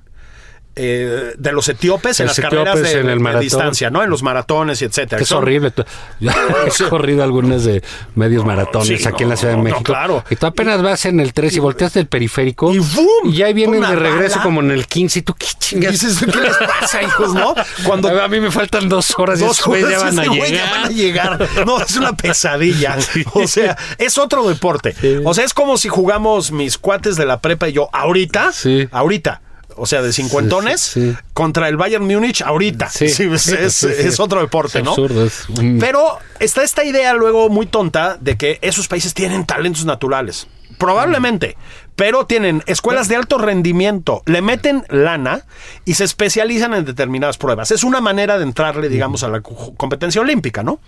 [SPEAKER 1] eh, de los etíopes en
[SPEAKER 2] Los
[SPEAKER 1] las carreras
[SPEAKER 2] etíopes
[SPEAKER 1] de,
[SPEAKER 2] en el
[SPEAKER 1] de
[SPEAKER 2] maratón.
[SPEAKER 1] distancia, ¿no? En los maratones y etcétera.
[SPEAKER 2] Que es
[SPEAKER 1] Son-
[SPEAKER 2] horrible. Tú- Yo he corrido algunas de medios maratones
[SPEAKER 1] sí,
[SPEAKER 2] aquí en la
[SPEAKER 1] no,
[SPEAKER 2] Ciudad de
[SPEAKER 1] no,
[SPEAKER 2] México.
[SPEAKER 1] claro.
[SPEAKER 2] Y tú apenas vas en el 3 y, volteas del periférico.
[SPEAKER 1] y ¡bum!
[SPEAKER 2] Y ya vienen
[SPEAKER 1] Una
[SPEAKER 2] de regreso
[SPEAKER 1] bala.
[SPEAKER 2] como en el 15. Y tú, ¿qué
[SPEAKER 1] Y
[SPEAKER 2] chingas?
[SPEAKER 1] dices, ¿qué les pasa, hijos, no? Cuando
[SPEAKER 2] a mí me faltan dos horas y
[SPEAKER 1] Dos
[SPEAKER 2] después ya
[SPEAKER 1] horas
[SPEAKER 2] van a
[SPEAKER 1] y ese güey ya
[SPEAKER 2] llegar.
[SPEAKER 1] van a llegar. No, es una pesadilla. O sea, es otro deporte. O sea, es como si jugamos mis cuates de la prepa y yo ahorita,
[SPEAKER 2] Sí.
[SPEAKER 1] ahorita. O sea, de cincuentones
[SPEAKER 2] sí, sí.
[SPEAKER 1] contra el Bayern Múnich ahorita.
[SPEAKER 2] Sí.
[SPEAKER 1] Sí, es, es-
[SPEAKER 2] Sí, sí.
[SPEAKER 1] es otro deporte,
[SPEAKER 2] Es
[SPEAKER 1] ¿no?
[SPEAKER 2] absurdo, es un-
[SPEAKER 1] Pero está esta idea luego muy tonta de que esos países tienen talentos naturales. Probablemente. Pero tienen escuelas de alto rendimiento, le meten lana y se especializan en determinadas pruebas. Es una manera de entrarle, digamos, a la cu- competencia olímpica, ¿no?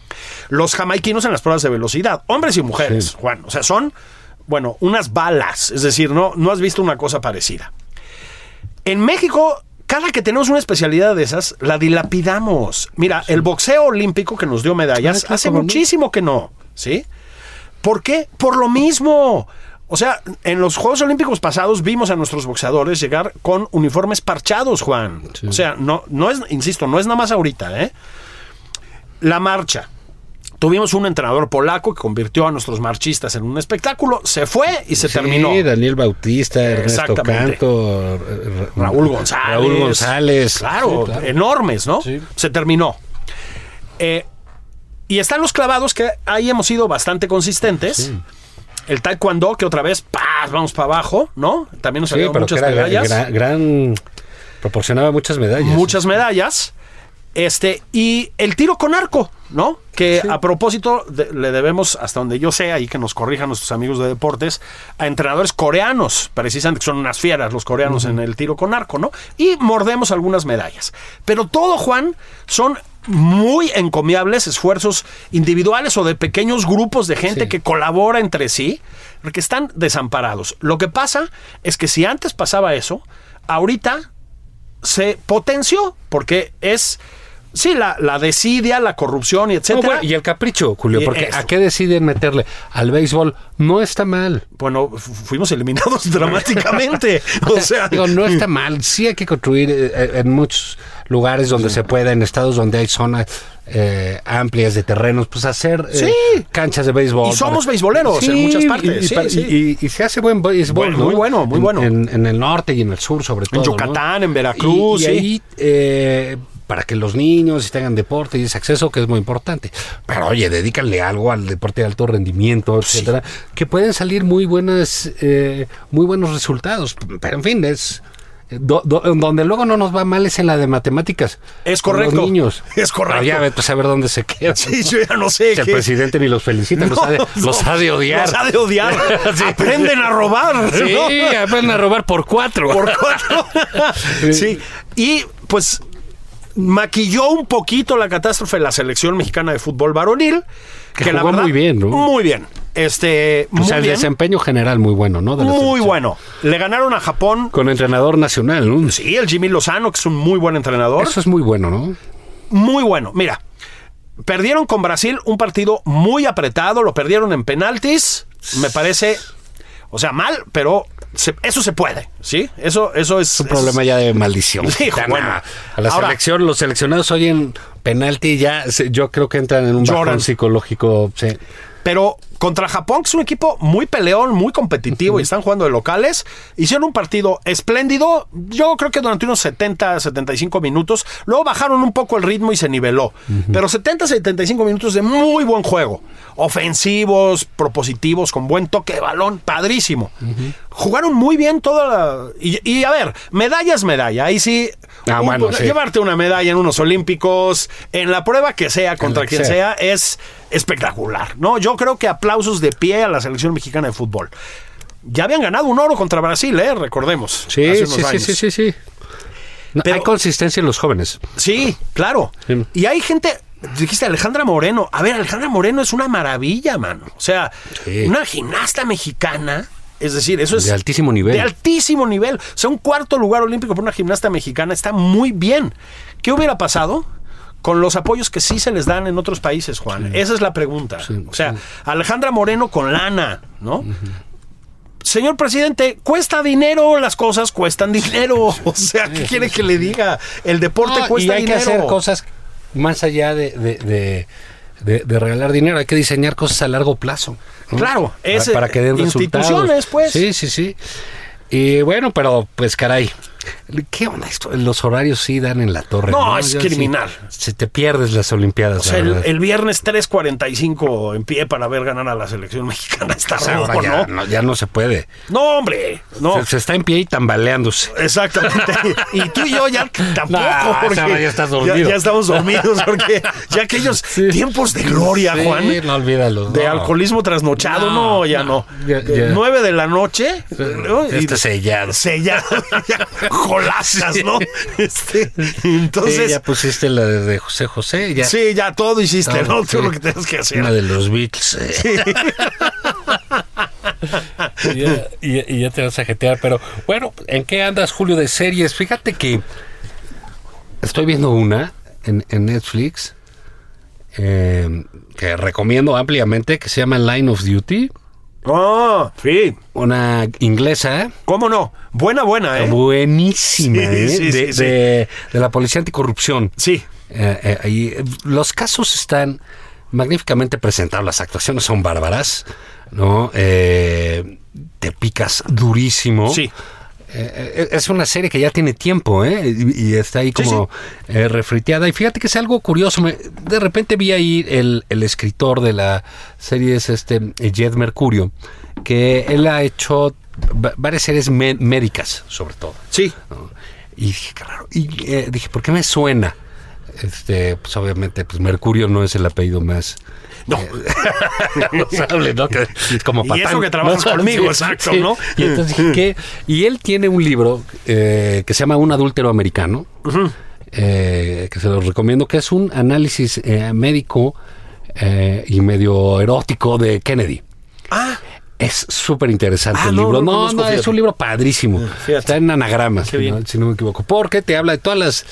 [SPEAKER 1] Los jamaiquinos en las pruebas de velocidad, hombres y mujeres,
[SPEAKER 2] Sí.
[SPEAKER 1] Juan. O sea, son, bueno, unas balas. Es decir, no, no has visto una cosa parecida. En México, cada que tenemos una especialidad de esas, la dilapidamos. Mira, el boxeo olímpico que nos dio medallas
[SPEAKER 2] Ah, claro,
[SPEAKER 1] hace
[SPEAKER 2] cómo no.
[SPEAKER 1] muchísimo que no, ¿sí? ¿Por qué? Por lo mismo. O sea, en los Juegos Olímpicos pasados vimos a nuestros boxeadores llegar con uniformes parchados, Juan. O sea, no, no es, insisto, no es nada más ahorita, ¿eh? La marcha. Tuvimos un entrenador polaco que convirtió a nuestros marchistas en un espectáculo, se fue y se
[SPEAKER 2] Sí,
[SPEAKER 1] terminó.
[SPEAKER 2] Daniel Bautista, Ernesto
[SPEAKER 1] Exactamente.
[SPEAKER 2] Canto, Ra- Ra-
[SPEAKER 1] Raúl González.
[SPEAKER 2] Raúl González.
[SPEAKER 1] Claro,
[SPEAKER 2] Sí, claro.
[SPEAKER 1] enormes, ¿no?
[SPEAKER 2] Sí.
[SPEAKER 1] Se terminó. Eh, y están los clavados que ahí hemos sido bastante consistentes. El taekwondo que otra vez, ¡paz! Vamos para abajo, ¿no? También nos
[SPEAKER 2] Sí,
[SPEAKER 1] salieron
[SPEAKER 2] pero que
[SPEAKER 1] muchas
[SPEAKER 2] era gra-
[SPEAKER 1] medallas.
[SPEAKER 2] gran, gran- proporcionaba muchas medallas.
[SPEAKER 1] Muchas medallas. Este, y el tiro con arco, ¿no? Que a propósito de- le debemos, hasta donde yo sé, ahí que nos corrijan nuestros amigos de deportes, a entrenadores coreanos, precisamente, que son unas fieras los coreanos en el tiro con arco, ¿no? Y mordemos algunas medallas. Pero todo, Juan, son muy encomiables esfuerzos individuales o de pequeños grupos de gente
[SPEAKER 2] Sí.
[SPEAKER 1] que colabora entre sí, porque están desamparados. Lo que pasa es que si antes pasaba eso, ahorita se potenció porque es Sí, la, la desidia, la corrupción y
[SPEAKER 2] No,
[SPEAKER 1] etcétera.
[SPEAKER 2] bueno, y el capricho, Julio,
[SPEAKER 1] Y
[SPEAKER 2] porque
[SPEAKER 1] eso.
[SPEAKER 2] ¿a qué deciden meterle? Al béisbol no está mal.
[SPEAKER 1] Bueno, fu- fuimos eliminados dramáticamente. o sea,
[SPEAKER 2] Digo, no está mal. Sí hay que construir eh, eh, en muchos lugares donde se pueda, en estados donde hay zonas eh, amplias de terrenos, pues hacer eh,
[SPEAKER 1] Sí.
[SPEAKER 2] canchas de béisbol.
[SPEAKER 1] Y somos beisboleros en muchas partes,
[SPEAKER 2] Y, y
[SPEAKER 1] sí,
[SPEAKER 2] para-
[SPEAKER 1] sí.
[SPEAKER 2] y- y- y se hace buen béisbol.
[SPEAKER 1] Bueno,
[SPEAKER 2] ¿no?
[SPEAKER 1] muy bueno, muy
[SPEAKER 2] En-
[SPEAKER 1] bueno.
[SPEAKER 2] En, en el norte y en el sur, sobre todo.
[SPEAKER 1] en
[SPEAKER 2] ¿no?
[SPEAKER 1] Yucatán, en Veracruz,
[SPEAKER 2] Y, y
[SPEAKER 1] sí.
[SPEAKER 2] ahí, eh, para que los niños tengan deporte y ese acceso que es muy importante. Pero oye, dedícanle algo al deporte de alto rendimiento, etcétera, que pueden salir muy buenas, eh, muy buenos resultados. Pero en fin, es eh, do- do- donde luego no nos va mal es en la de matemáticas.
[SPEAKER 1] Es
[SPEAKER 2] con
[SPEAKER 1] correcto.
[SPEAKER 2] Los niños.
[SPEAKER 1] Es correcto.
[SPEAKER 2] Pero ya ve, pues a ver dónde se queda.
[SPEAKER 1] Sí, yo ya no sé.
[SPEAKER 2] El
[SPEAKER 1] qué-
[SPEAKER 2] presidente ni los felicita, los,
[SPEAKER 1] No,
[SPEAKER 2] ha de,
[SPEAKER 1] no,
[SPEAKER 2] los ha de odiar.
[SPEAKER 1] Los ha de odiar.
[SPEAKER 2] Sí.
[SPEAKER 1] Aprenden a robar.
[SPEAKER 2] Sí,
[SPEAKER 1] ¿no?
[SPEAKER 2] van a robar por cuatro.
[SPEAKER 1] Por cuatro. sí. Y pues maquilló un poquito la catástrofe la selección mexicana de fútbol varonil. Que, la
[SPEAKER 2] jugó
[SPEAKER 1] verdad.
[SPEAKER 2] muy bien, ¿no?
[SPEAKER 1] Muy bien. Este.
[SPEAKER 2] o
[SPEAKER 1] muy
[SPEAKER 2] sea, el
[SPEAKER 1] bien.
[SPEAKER 2] desempeño general muy bueno, ¿no? De la
[SPEAKER 1] Muy
[SPEAKER 2] selección.
[SPEAKER 1] bueno. Le ganaron a Japón.
[SPEAKER 2] Con entrenador nacional, ¿no?
[SPEAKER 1] Sí, el Jimmy Lozano, que es un muy buen entrenador.
[SPEAKER 2] Eso es muy bueno, ¿no?
[SPEAKER 1] muy bueno. Mira, perdieron con Brasil un partido muy apretado, lo perdieron en penaltis, me parece, o sea, mal, pero se- eso se puede, ¿sí? Eso, eso es...
[SPEAKER 2] Un problema ya de maldición.
[SPEAKER 1] Sí,
[SPEAKER 2] gitana.
[SPEAKER 1] bueno.
[SPEAKER 2] a la
[SPEAKER 1] Ahora-
[SPEAKER 2] selección, los seleccionados hoy en penalti ya, se- yo creo que entran en un
[SPEAKER 1] Lloran.
[SPEAKER 2] bajón psicológico. sí.
[SPEAKER 1] Pero contra Japón, que es un equipo muy peleón, muy competitivo y están jugando de locales, hicieron un partido espléndido. Yo creo que durante unos 70, 75 minutos. Luego bajaron un poco el ritmo y se niveló. Pero 70, 75 minutos de muy buen juego. Ofensivos, propositivos, con buen toque de balón, padrísimo. Jugaron muy bien toda la. Y, y, a ver, medalla es medalla. Ahí sí.
[SPEAKER 2] Ah,
[SPEAKER 1] un-
[SPEAKER 2] bueno, sí.
[SPEAKER 1] Llevarte una medalla en unos Olímpicos, en la prueba que sea, contra
[SPEAKER 2] que
[SPEAKER 1] quien
[SPEAKER 2] sea.
[SPEAKER 1] sea es espectacular. No, yo creo que aplausos de pie a la selección mexicana de fútbol. Ya habían ganado un oro contra Brasil, ¿eh? recordemos.
[SPEAKER 2] Sí,
[SPEAKER 1] hace
[SPEAKER 2] sí,
[SPEAKER 1] unos
[SPEAKER 2] sí,
[SPEAKER 1] años.
[SPEAKER 2] sí, sí, sí. No,
[SPEAKER 1] Pero-
[SPEAKER 2] hay consistencia en los jóvenes.
[SPEAKER 1] Sí, claro.
[SPEAKER 2] Sí.
[SPEAKER 1] Y hay gente, dijiste Alejandra Moreno. A ver, Alejandra Moreno es una maravilla, mano. O sea,
[SPEAKER 2] Sí.
[SPEAKER 1] una gimnasta mexicana. Es decir, eso es...
[SPEAKER 2] De altísimo nivel.
[SPEAKER 1] De altísimo nivel. O sea, un cuarto lugar olímpico por una gimnasta mexicana está muy bien. ¿Qué hubiera pasado con los apoyos que sí se les dan en otros países, Juan? Esa es la pregunta. o sea, Alejandra Moreno con lana, ¿no? Señor presidente, cuesta dinero, las cosas cuestan dinero. O sea, ¿qué quiere que le diga? El deporte
[SPEAKER 2] No,
[SPEAKER 1] cuesta
[SPEAKER 2] Ah, y hay
[SPEAKER 1] dinero.
[SPEAKER 2] que hacer cosas más allá de, de- de- de- de regalar dinero. Hay que diseñar cosas a largo plazo. ¿no?
[SPEAKER 1] Claro,
[SPEAKER 2] Para-
[SPEAKER 1] es, eh,
[SPEAKER 2] para, que den resultados.
[SPEAKER 1] instituciones, pues.
[SPEAKER 2] Sí, sí, sí. Y bueno, pero pues caray. ¿Qué onda esto? Los horarios sí dan en la torre.
[SPEAKER 1] No, es criminal.
[SPEAKER 2] Si te pierdes las Olimpiadas.
[SPEAKER 1] O sea,
[SPEAKER 2] la
[SPEAKER 1] el,
[SPEAKER 2] verdad.
[SPEAKER 1] el viernes 3.45 en pie para ver ganar a la selección mexicana está
[SPEAKER 2] O sea, ahora
[SPEAKER 1] rojo,
[SPEAKER 2] ya,
[SPEAKER 1] ¿no?
[SPEAKER 2] no- ya no se puede.
[SPEAKER 1] No, hombre, no.
[SPEAKER 2] Se, se está en pie y tambaleándose.
[SPEAKER 1] Exactamente. Y tú y yo ya tampoco.
[SPEAKER 2] No,
[SPEAKER 1] porque
[SPEAKER 2] esa hora ya estás dormido.
[SPEAKER 1] Ya, ya estamos dormidos porque ya aquellos tiempos de gloria,
[SPEAKER 2] Sí,
[SPEAKER 1] Juan.
[SPEAKER 2] No olvídalo.
[SPEAKER 1] De
[SPEAKER 2] no.
[SPEAKER 1] alcoholismo trasnochado, no,
[SPEAKER 2] No,
[SPEAKER 1] ya no.
[SPEAKER 2] ya-
[SPEAKER 1] De
[SPEAKER 2] ya. Este
[SPEAKER 1] Nueve de la noche. ¿no?
[SPEAKER 2] Ya está sellado.
[SPEAKER 1] Sellado. ya, Colasas, ¿no? Este,
[SPEAKER 2] Sí,
[SPEAKER 1] entonces,
[SPEAKER 2] ya pusiste la de de José José. Ya.
[SPEAKER 1] sí, ya todo hiciste,
[SPEAKER 2] Todo,
[SPEAKER 1] ¿no? Todo
[SPEAKER 2] sí.
[SPEAKER 1] lo que tienes que hacer.
[SPEAKER 2] Una de los Beatles. eh. y, ya, y ya- y ya te vas a jetear, pero bueno, ¿en qué andas, Julio, de series? Fíjate que estoy viendo una en, en Netflix eh, que recomiendo ampliamente, que se llama Line of Duty,
[SPEAKER 1] Oh, sí.
[SPEAKER 2] una inglesa.
[SPEAKER 1] ¿Cómo no? Buena, buena, ¿eh?
[SPEAKER 2] Buenísima,
[SPEAKER 1] Sí,
[SPEAKER 2] eh,
[SPEAKER 1] sí,
[SPEAKER 2] de,
[SPEAKER 1] sí, sí.
[SPEAKER 2] de- de la policía anticorrupción.
[SPEAKER 1] Sí.
[SPEAKER 2] Eh, eh, ahí, eh, los casos están magníficamente presentados, las actuaciones son bárbaras, ¿no? Eh, te picas durísimo.
[SPEAKER 1] Sí.
[SPEAKER 2] Eh, eh, es una serie que ya tiene tiempo, ¿eh? Y, y está ahí como eh, refriteada. Y fíjate que es algo curioso. me- de repente vi ahí el, el escritor de la serie, es este eh, Jed Mercurio, que él ha hecho va- varias series mé- médicas, sobre todo.
[SPEAKER 1] Sí.
[SPEAKER 2] ¿no? Y dije, qué raro. Y eh, dije, ¿por qué me suena? Este, pues obviamente, pues Mercurio no es el apellido más
[SPEAKER 1] No.
[SPEAKER 2] Eh, responsable, ¿no? Que es como
[SPEAKER 1] Y
[SPEAKER 2] patán.
[SPEAKER 1] eso que trabajas conmigo, exacto, ¿no?
[SPEAKER 2] Y entonces dije, ¿qué? Y él tiene un libro eh, que se llama Un adúltero americano, eh, que se los recomiendo, que es un análisis eh, médico eh, y medio erótico de Kennedy.
[SPEAKER 1] Ah,
[SPEAKER 2] Es súper interesante
[SPEAKER 1] Ah,
[SPEAKER 2] el
[SPEAKER 1] no,
[SPEAKER 2] libro.
[SPEAKER 1] no
[SPEAKER 2] No, no,
[SPEAKER 1] conozco, fíjate.
[SPEAKER 2] es un libro padrísimo.
[SPEAKER 1] Ah, fíjate.
[SPEAKER 2] Está en anagramas,
[SPEAKER 1] Qué bien.
[SPEAKER 2] ¿no? si no me equivoco. Porque te habla de todas las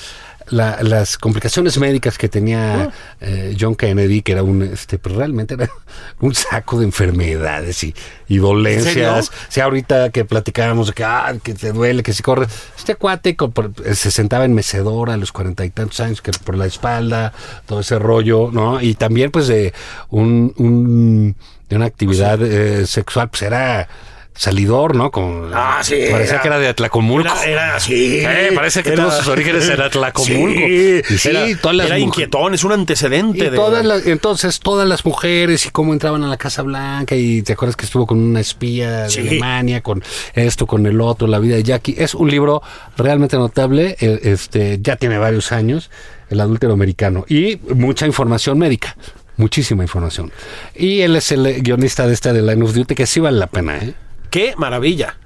[SPEAKER 2] la- las complicaciones médicas que
[SPEAKER 1] Ah.
[SPEAKER 2] tenía eh, John Kennedy, que era un, este, pues, realmente era un saco de enfermedades y, y dolencias. Sí, ahorita que platicábamos de que, ah, que te duele, que si corres. Este cuate co- por- eh, se sentaba en mecedora a los cuarenta y tantos años, que por la espalda, todo ese rollo, ¿no? Y también, pues, de un, un- de una actividad eh, sexual, pues era salidor, ¿no? Con,
[SPEAKER 1] Ah, sí,
[SPEAKER 2] Parecía
[SPEAKER 1] era-
[SPEAKER 2] que era de Atlacomulco.
[SPEAKER 1] Era, era así.
[SPEAKER 2] Eh, parece que
[SPEAKER 1] Era-
[SPEAKER 2] tuvo sus orígenes en Atlacomulco.
[SPEAKER 1] Sí,
[SPEAKER 2] Y sí,
[SPEAKER 1] era,
[SPEAKER 2] todas las
[SPEAKER 1] era
[SPEAKER 2] mujeres-
[SPEAKER 1] inquietón, es un
[SPEAKER 2] Y
[SPEAKER 1] antecedente. de-
[SPEAKER 2] todas las- entonces, todas las mujeres y cómo entraban a la Casa Blanca y te acuerdas que estuvo con una espía de
[SPEAKER 1] Sí.
[SPEAKER 2] Alemania, con esto, con el otro, la vida de Jackie. Es un libro realmente notable, eh, este ya tiene varios años, El adúltero americano, y mucha información médica. Muchísima información. Y él es el eh, guionista de esta de Line of Duty, que sí vale la pena, ¿eh?
[SPEAKER 1] Qué maravilla.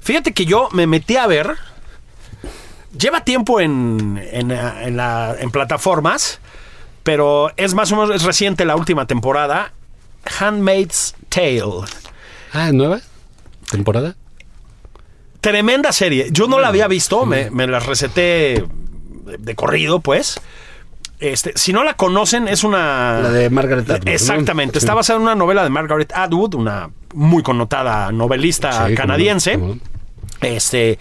[SPEAKER 1] Fíjate que yo me metí a ver. Lleva tiempo en, en, eh, en la- en plataformas, pero es más o menos es reciente la última temporada. Handmaid's Tale.
[SPEAKER 2] Ah, ¿nueva? ¿Temporada?
[SPEAKER 1] Ah, Tremenda serie. Yo no la
[SPEAKER 2] Mm.
[SPEAKER 1] había visto, me, me la receté de, de corrido, pues. Este, si no la conocen, es una.
[SPEAKER 2] La de Margaret Atwood, ¿no?
[SPEAKER 1] Exactamente.
[SPEAKER 2] Sí.
[SPEAKER 1] Está basada en una novela de Margaret Atwood, una muy connotada novelista
[SPEAKER 2] Sí, cómo no,
[SPEAKER 1] canadiense.
[SPEAKER 2] cómo no.
[SPEAKER 1] Este.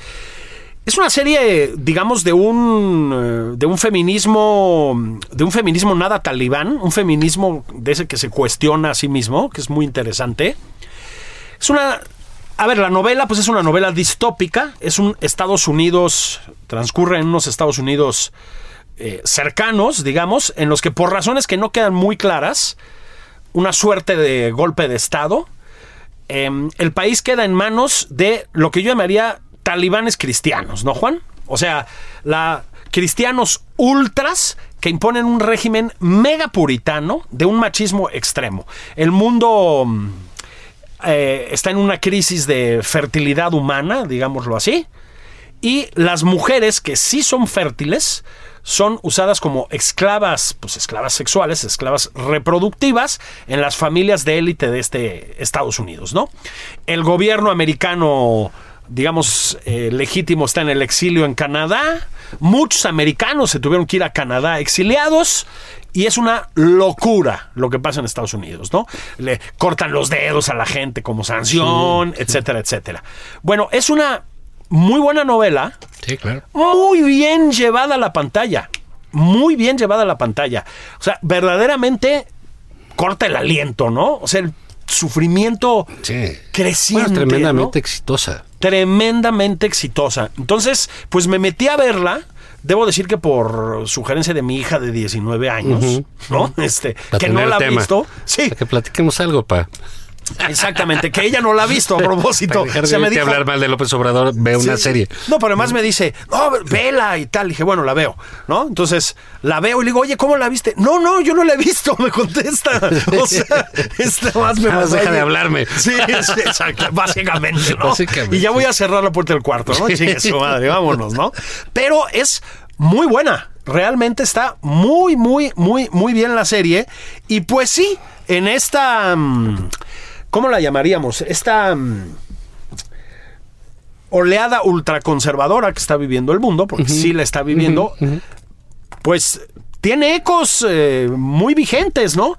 [SPEAKER 1] Es una serie, digamos, de un eh, de un feminismo de un feminismo nada talibán, un feminismo de ese que se cuestiona a sí mismo, que es muy interesante. Es una. A ver, la novela, pues es una novela distópica. Es un Estados Unidos. Transcurre en unos Estados Unidos eh, cercanos, digamos, en los que por razones que no quedan muy claras, una suerte de golpe de Estado, eh, el país queda en manos de lo que yo llamaría talibanes cristianos, ¿no, Juan? O sea, la, cristianos ultras que imponen un régimen mega puritano de un machismo extremo. El mundo mm, eh, está en una crisis de fertilidad humana, digámoslo así, y las mujeres que sí son fértiles son usadas como esclavas, pues esclavas sexuales, esclavas reproductivas en las familias de élite de este Estados Unidos, ¿no? El gobierno americano, digamos, eh, legítimo está en el exilio en Canadá. Muchos americanos se tuvieron que ir a Canadá exiliados. Y es una locura lo que pasa en Estados Unidos, ¿no? Le cortan los dedos a la gente como sanción, etcétera, etcétera. Bueno, es una muy buena novela,
[SPEAKER 2] Sí, claro.
[SPEAKER 1] muy bien llevada a la pantalla. Muy bien llevada a la pantalla. O sea, verdaderamente corta el aliento, ¿no? O sea, el sufrimiento
[SPEAKER 2] Sí.
[SPEAKER 1] creciente.
[SPEAKER 2] Bueno,
[SPEAKER 1] ¿no?
[SPEAKER 2] tremendamente exitosa.
[SPEAKER 1] tremendamente exitosa. Entonces, pues me metí a verla. Debo decir que por sugerencia de mi hija de 19 años, ¿no? Este,
[SPEAKER 2] Para
[SPEAKER 1] que no
[SPEAKER 2] tener
[SPEAKER 1] la ha
[SPEAKER 2] tema.
[SPEAKER 1] visto. Sí,
[SPEAKER 2] Para que platiquemos algo, pa.
[SPEAKER 1] exactamente, que ella no la ha visto a propósito.
[SPEAKER 2] Para dejar de
[SPEAKER 1] Se me
[SPEAKER 2] oírte
[SPEAKER 1] dijo,
[SPEAKER 2] hablar mal de López Obrador, ve una
[SPEAKER 1] Sí.
[SPEAKER 2] serie.
[SPEAKER 1] No, pero además me dice, no, vela y tal. Y dije, bueno, la veo, ¿no? Entonces la veo y le digo, oye, ¿cómo la viste? No, no, yo no la he visto, me contesta. O sea, esta más me
[SPEAKER 2] Nada más
[SPEAKER 1] mandó
[SPEAKER 2] deja de
[SPEAKER 1] ahí.
[SPEAKER 2] hablarme.
[SPEAKER 1] Sí, sí, exacto, básicamente, ¿no?
[SPEAKER 2] Básicamente.
[SPEAKER 1] Y ya voy a cerrar la puerta del cuarto, ¿no? Chingue su madre, vámonos, ¿no? Pero es muy buena. Realmente está muy, muy, muy, muy bien la serie. Y pues sí, en esta. mm, ¿Cómo la llamaríamos? Esta. mm, oleada ultraconservadora que está viviendo el mundo, porque sí la está viviendo, pues tiene ecos eh, muy vigentes, ¿no?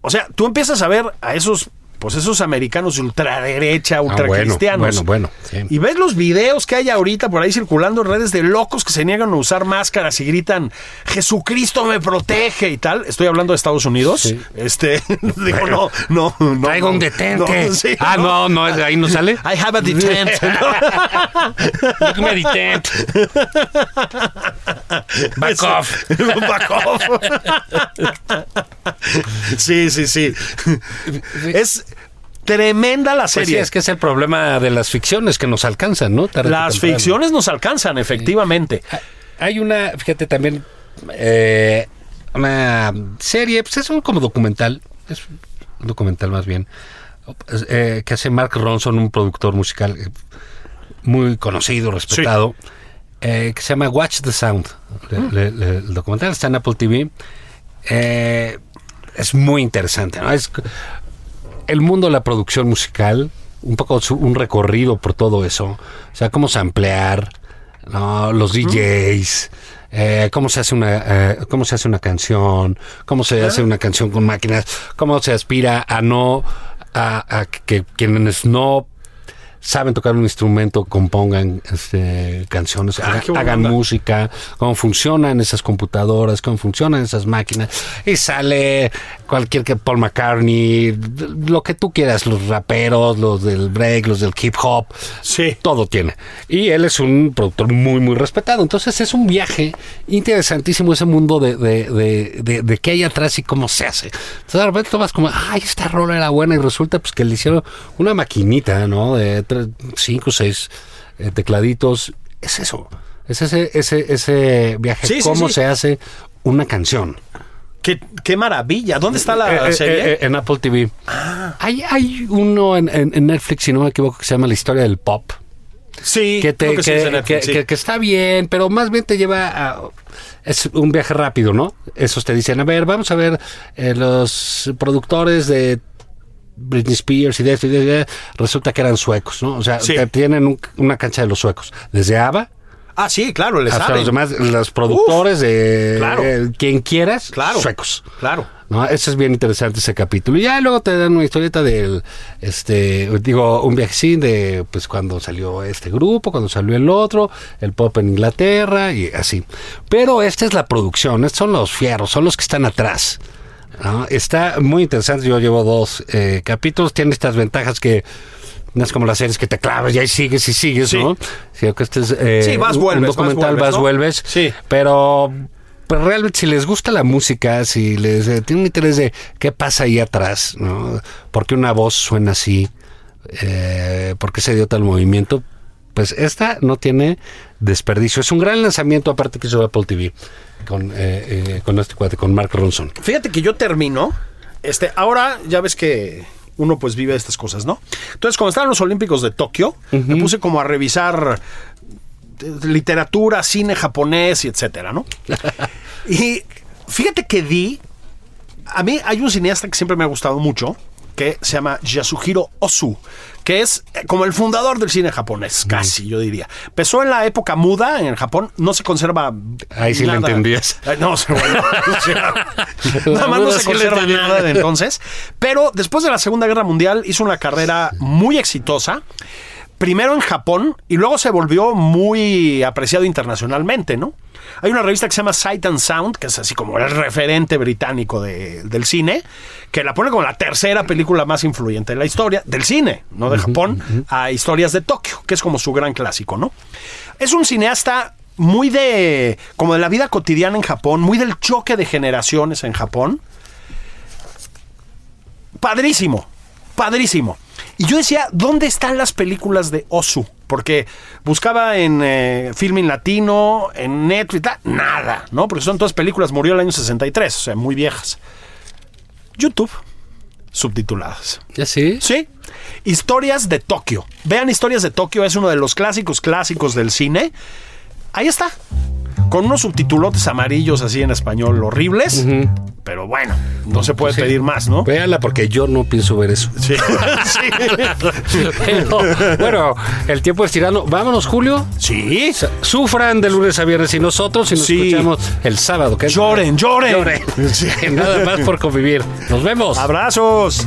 [SPEAKER 1] O sea, tú empiezas a ver a esos, pues esos americanos de ultraderecha, ultracristianos.
[SPEAKER 2] Ah, bueno, bueno, sí.
[SPEAKER 1] Y ves los videos que hay ahorita por ahí circulando en redes de locos que se niegan a usar máscaras y gritan, Jesucristo me protege y tal. Estoy hablando de Estados Unidos.
[SPEAKER 2] Sí.
[SPEAKER 1] Este, digo, no, no, no.
[SPEAKER 2] Traigo un
[SPEAKER 1] no,
[SPEAKER 2] detente.
[SPEAKER 1] no, sí,
[SPEAKER 2] ah, no, no, ahí no sale.
[SPEAKER 1] I have a detent.
[SPEAKER 2] Look me detent. Back off.
[SPEAKER 1] Back off. sí, sí, sí. Es tremenda la
[SPEAKER 2] Pues sí,
[SPEAKER 1] serie.
[SPEAKER 2] es que es el problema de las ficciones que nos alcanzan, ¿no? Tarde o
[SPEAKER 1] Las
[SPEAKER 2] temprano.
[SPEAKER 1] ficciones nos alcanzan, efectivamente.
[SPEAKER 2] Ah, Hay una, fíjate también, eh, una serie, pues es un como documental, es un documental más bien, eh, que hace Mark Ronson, un productor musical eh, muy conocido, respetado, eh, que se llama Watch the Sound. Le- le- le- el documental está en Apple TV. Eh, es muy interesante, ¿no? Es el mundo de la producción musical, un poco su- un recorrido por todo eso. O sea, cómo samplear, ¿no? los DJs, eh, cómo se hace una eh, cómo se hace una canción, cómo se hace una canción con máquinas, cómo se aspira a no a, a que quienes no saben tocar un instrumento, compongan este, canciones, haga-
[SPEAKER 1] Ah, qué buena
[SPEAKER 2] hagan
[SPEAKER 1] onda.
[SPEAKER 2] música, cómo funcionan esas computadoras, cómo funcionan esas máquinas. Y sale cualquier que Paul McCartney, lo que tú quieras, los raperos, los del break, los del hip hop,
[SPEAKER 1] Sí.
[SPEAKER 2] todo tiene. Y él es un productor muy, muy respetado. Entonces es un viaje interesantísimo ese mundo de, de, de, de- de qué hay atrás y cómo se hace. Entonces de repente tomas como, ay, esta rola era buena y resulta pues que le hicieron una maquinita, ¿no? De tres, cinco, seis eh, tecladitos. Es eso. Es ese, ese, ese viaje.
[SPEAKER 1] Sí, sí,
[SPEAKER 2] ¿Cómo
[SPEAKER 1] sí.
[SPEAKER 2] se hace una canción?
[SPEAKER 1] Qué, qué maravilla. ¿Dónde está la
[SPEAKER 2] Eh, eh,
[SPEAKER 1] serie? Ah.
[SPEAKER 2] eh, en Apple TV. Hay, hay uno en, en- en Netflix, si no me equivoco, que se llama La historia del pop
[SPEAKER 1] sí,
[SPEAKER 2] que, te-
[SPEAKER 1] creo que sí
[SPEAKER 2] que-
[SPEAKER 1] es de Netflix,
[SPEAKER 2] que-
[SPEAKER 1] sí.
[SPEAKER 2] que- que está bien, pero más bien te lleva a... Es un viaje rápido, ¿no? Esos te dicen, a ver, vamos a ver eh, los productores de Britney Spears y de esto y de- de- resulta que eran suecos, ¿no? O sea,
[SPEAKER 1] Sí.
[SPEAKER 2] te tienen un- una cancha de los suecos. Desde ABBA
[SPEAKER 1] Ah, sí, claro, le
[SPEAKER 2] hasta
[SPEAKER 1] saben.
[SPEAKER 2] los demás, los productores de
[SPEAKER 1] claro.
[SPEAKER 2] eh, quien quieras,
[SPEAKER 1] Claro.
[SPEAKER 2] suecos.
[SPEAKER 1] Claro.
[SPEAKER 2] ¿no? Eso es bien interesante ese capítulo. Y ya luego te dan una historieta del, este, digo, un viajecín de, pues, cuando salió este grupo, cuando salió el otro, el pop en Inglaterra y así. Pero esta es la producción, estos son los fierros, son los que están atrás. ¿no? Está muy interesante, yo llevo dos eh, capítulos, tiene estas ventajas que... No es como las series que te clavas y ahí sigues y sigues,
[SPEAKER 1] Sí.
[SPEAKER 2] ¿no? Sino que este es, eh,
[SPEAKER 1] Sí, vas,
[SPEAKER 2] un-
[SPEAKER 1] vuelves,
[SPEAKER 2] un
[SPEAKER 1] vas,
[SPEAKER 2] documental,
[SPEAKER 1] vuelves,
[SPEAKER 2] vas,
[SPEAKER 1] ¿no?
[SPEAKER 2] vuelves.
[SPEAKER 1] Sí.
[SPEAKER 2] Pero, pero realmente si les gusta la música, si les eh, tienen interés de qué pasa ahí atrás, ¿no? ¿Por qué una voz suena así? Eh, ¿Por qué se dio tal movimiento? Pues esta no tiene desperdicio. Es un gran lanzamiento aparte que hizo Apple TV con, eh, eh, con este cuate, con Mark Ronson.
[SPEAKER 1] Fíjate que yo termino. Este, ahora ya ves que uno pues vive estas cosas, ¿no? Entonces, cuando estaban los Olímpicos de Tokio, me puse como a revisar eh, literatura, cine japonés y etcétera, ¿no? y fíjate que di. A mí hay un cineasta que siempre me ha gustado mucho, que se llama Yasuhiro Ozu, que es eh, como el fundador del cine japonés, casi, yo diría. Empezó en la época muda en Japón, no se conserva.
[SPEAKER 2] Ahí sí la entendías.
[SPEAKER 1] Ay, No, se o sea, Nada más no se
[SPEAKER 2] Ahora sí le
[SPEAKER 1] conserva
[SPEAKER 2] entendí.
[SPEAKER 1] nada de entonces. Pero después de la Segunda Guerra Mundial hizo una carrera muy exitosa. Primero en Japón y luego se volvió muy apreciado internacionalmente, ¿no? Hay una revista que se llama Sight and Sound, que es así como el referente británico de- del cine, que la pone como la tercera película más influyente de la historia, del cine, no de Japón, a Historias de Tokio, que es como su gran clásico, ¿no? Es un cineasta muy de. como de la vida cotidiana en Japón, muy del choque de generaciones en Japón. Padrísimo, padrísimo. Y yo decía, ¿dónde están las películas de Osu? Porque buscaba en eh, Filming Latino, en Netflix, ta- nada, ¿no? Porque son todas películas, murió el año 63, o sea, muy viejas. YouTube, subtituladas.
[SPEAKER 2] ¿Ya sí?
[SPEAKER 1] Sí. Historias de Tokio. Vean Historias de Tokio, es uno de los clásicos clásicos del cine. Ahí está. Con unos subtitulotes amarillos así en español horribles. Pero bueno, no se puede pedir más, ¿no?
[SPEAKER 2] Véala porque yo no pienso ver eso.
[SPEAKER 1] Sí. sí.
[SPEAKER 2] Pero, bueno, el tiempo es tirano. Vámonos, Julio.
[SPEAKER 1] Sí.
[SPEAKER 2] Sufran de lunes a viernes y nosotros y nos
[SPEAKER 1] Sí.
[SPEAKER 2] escuchamos el sábado. ¿qué?
[SPEAKER 1] Lloren, lloren.
[SPEAKER 2] Lloren.
[SPEAKER 1] Sí.
[SPEAKER 2] Nada más por convivir. Nos vemos.
[SPEAKER 1] Abrazos.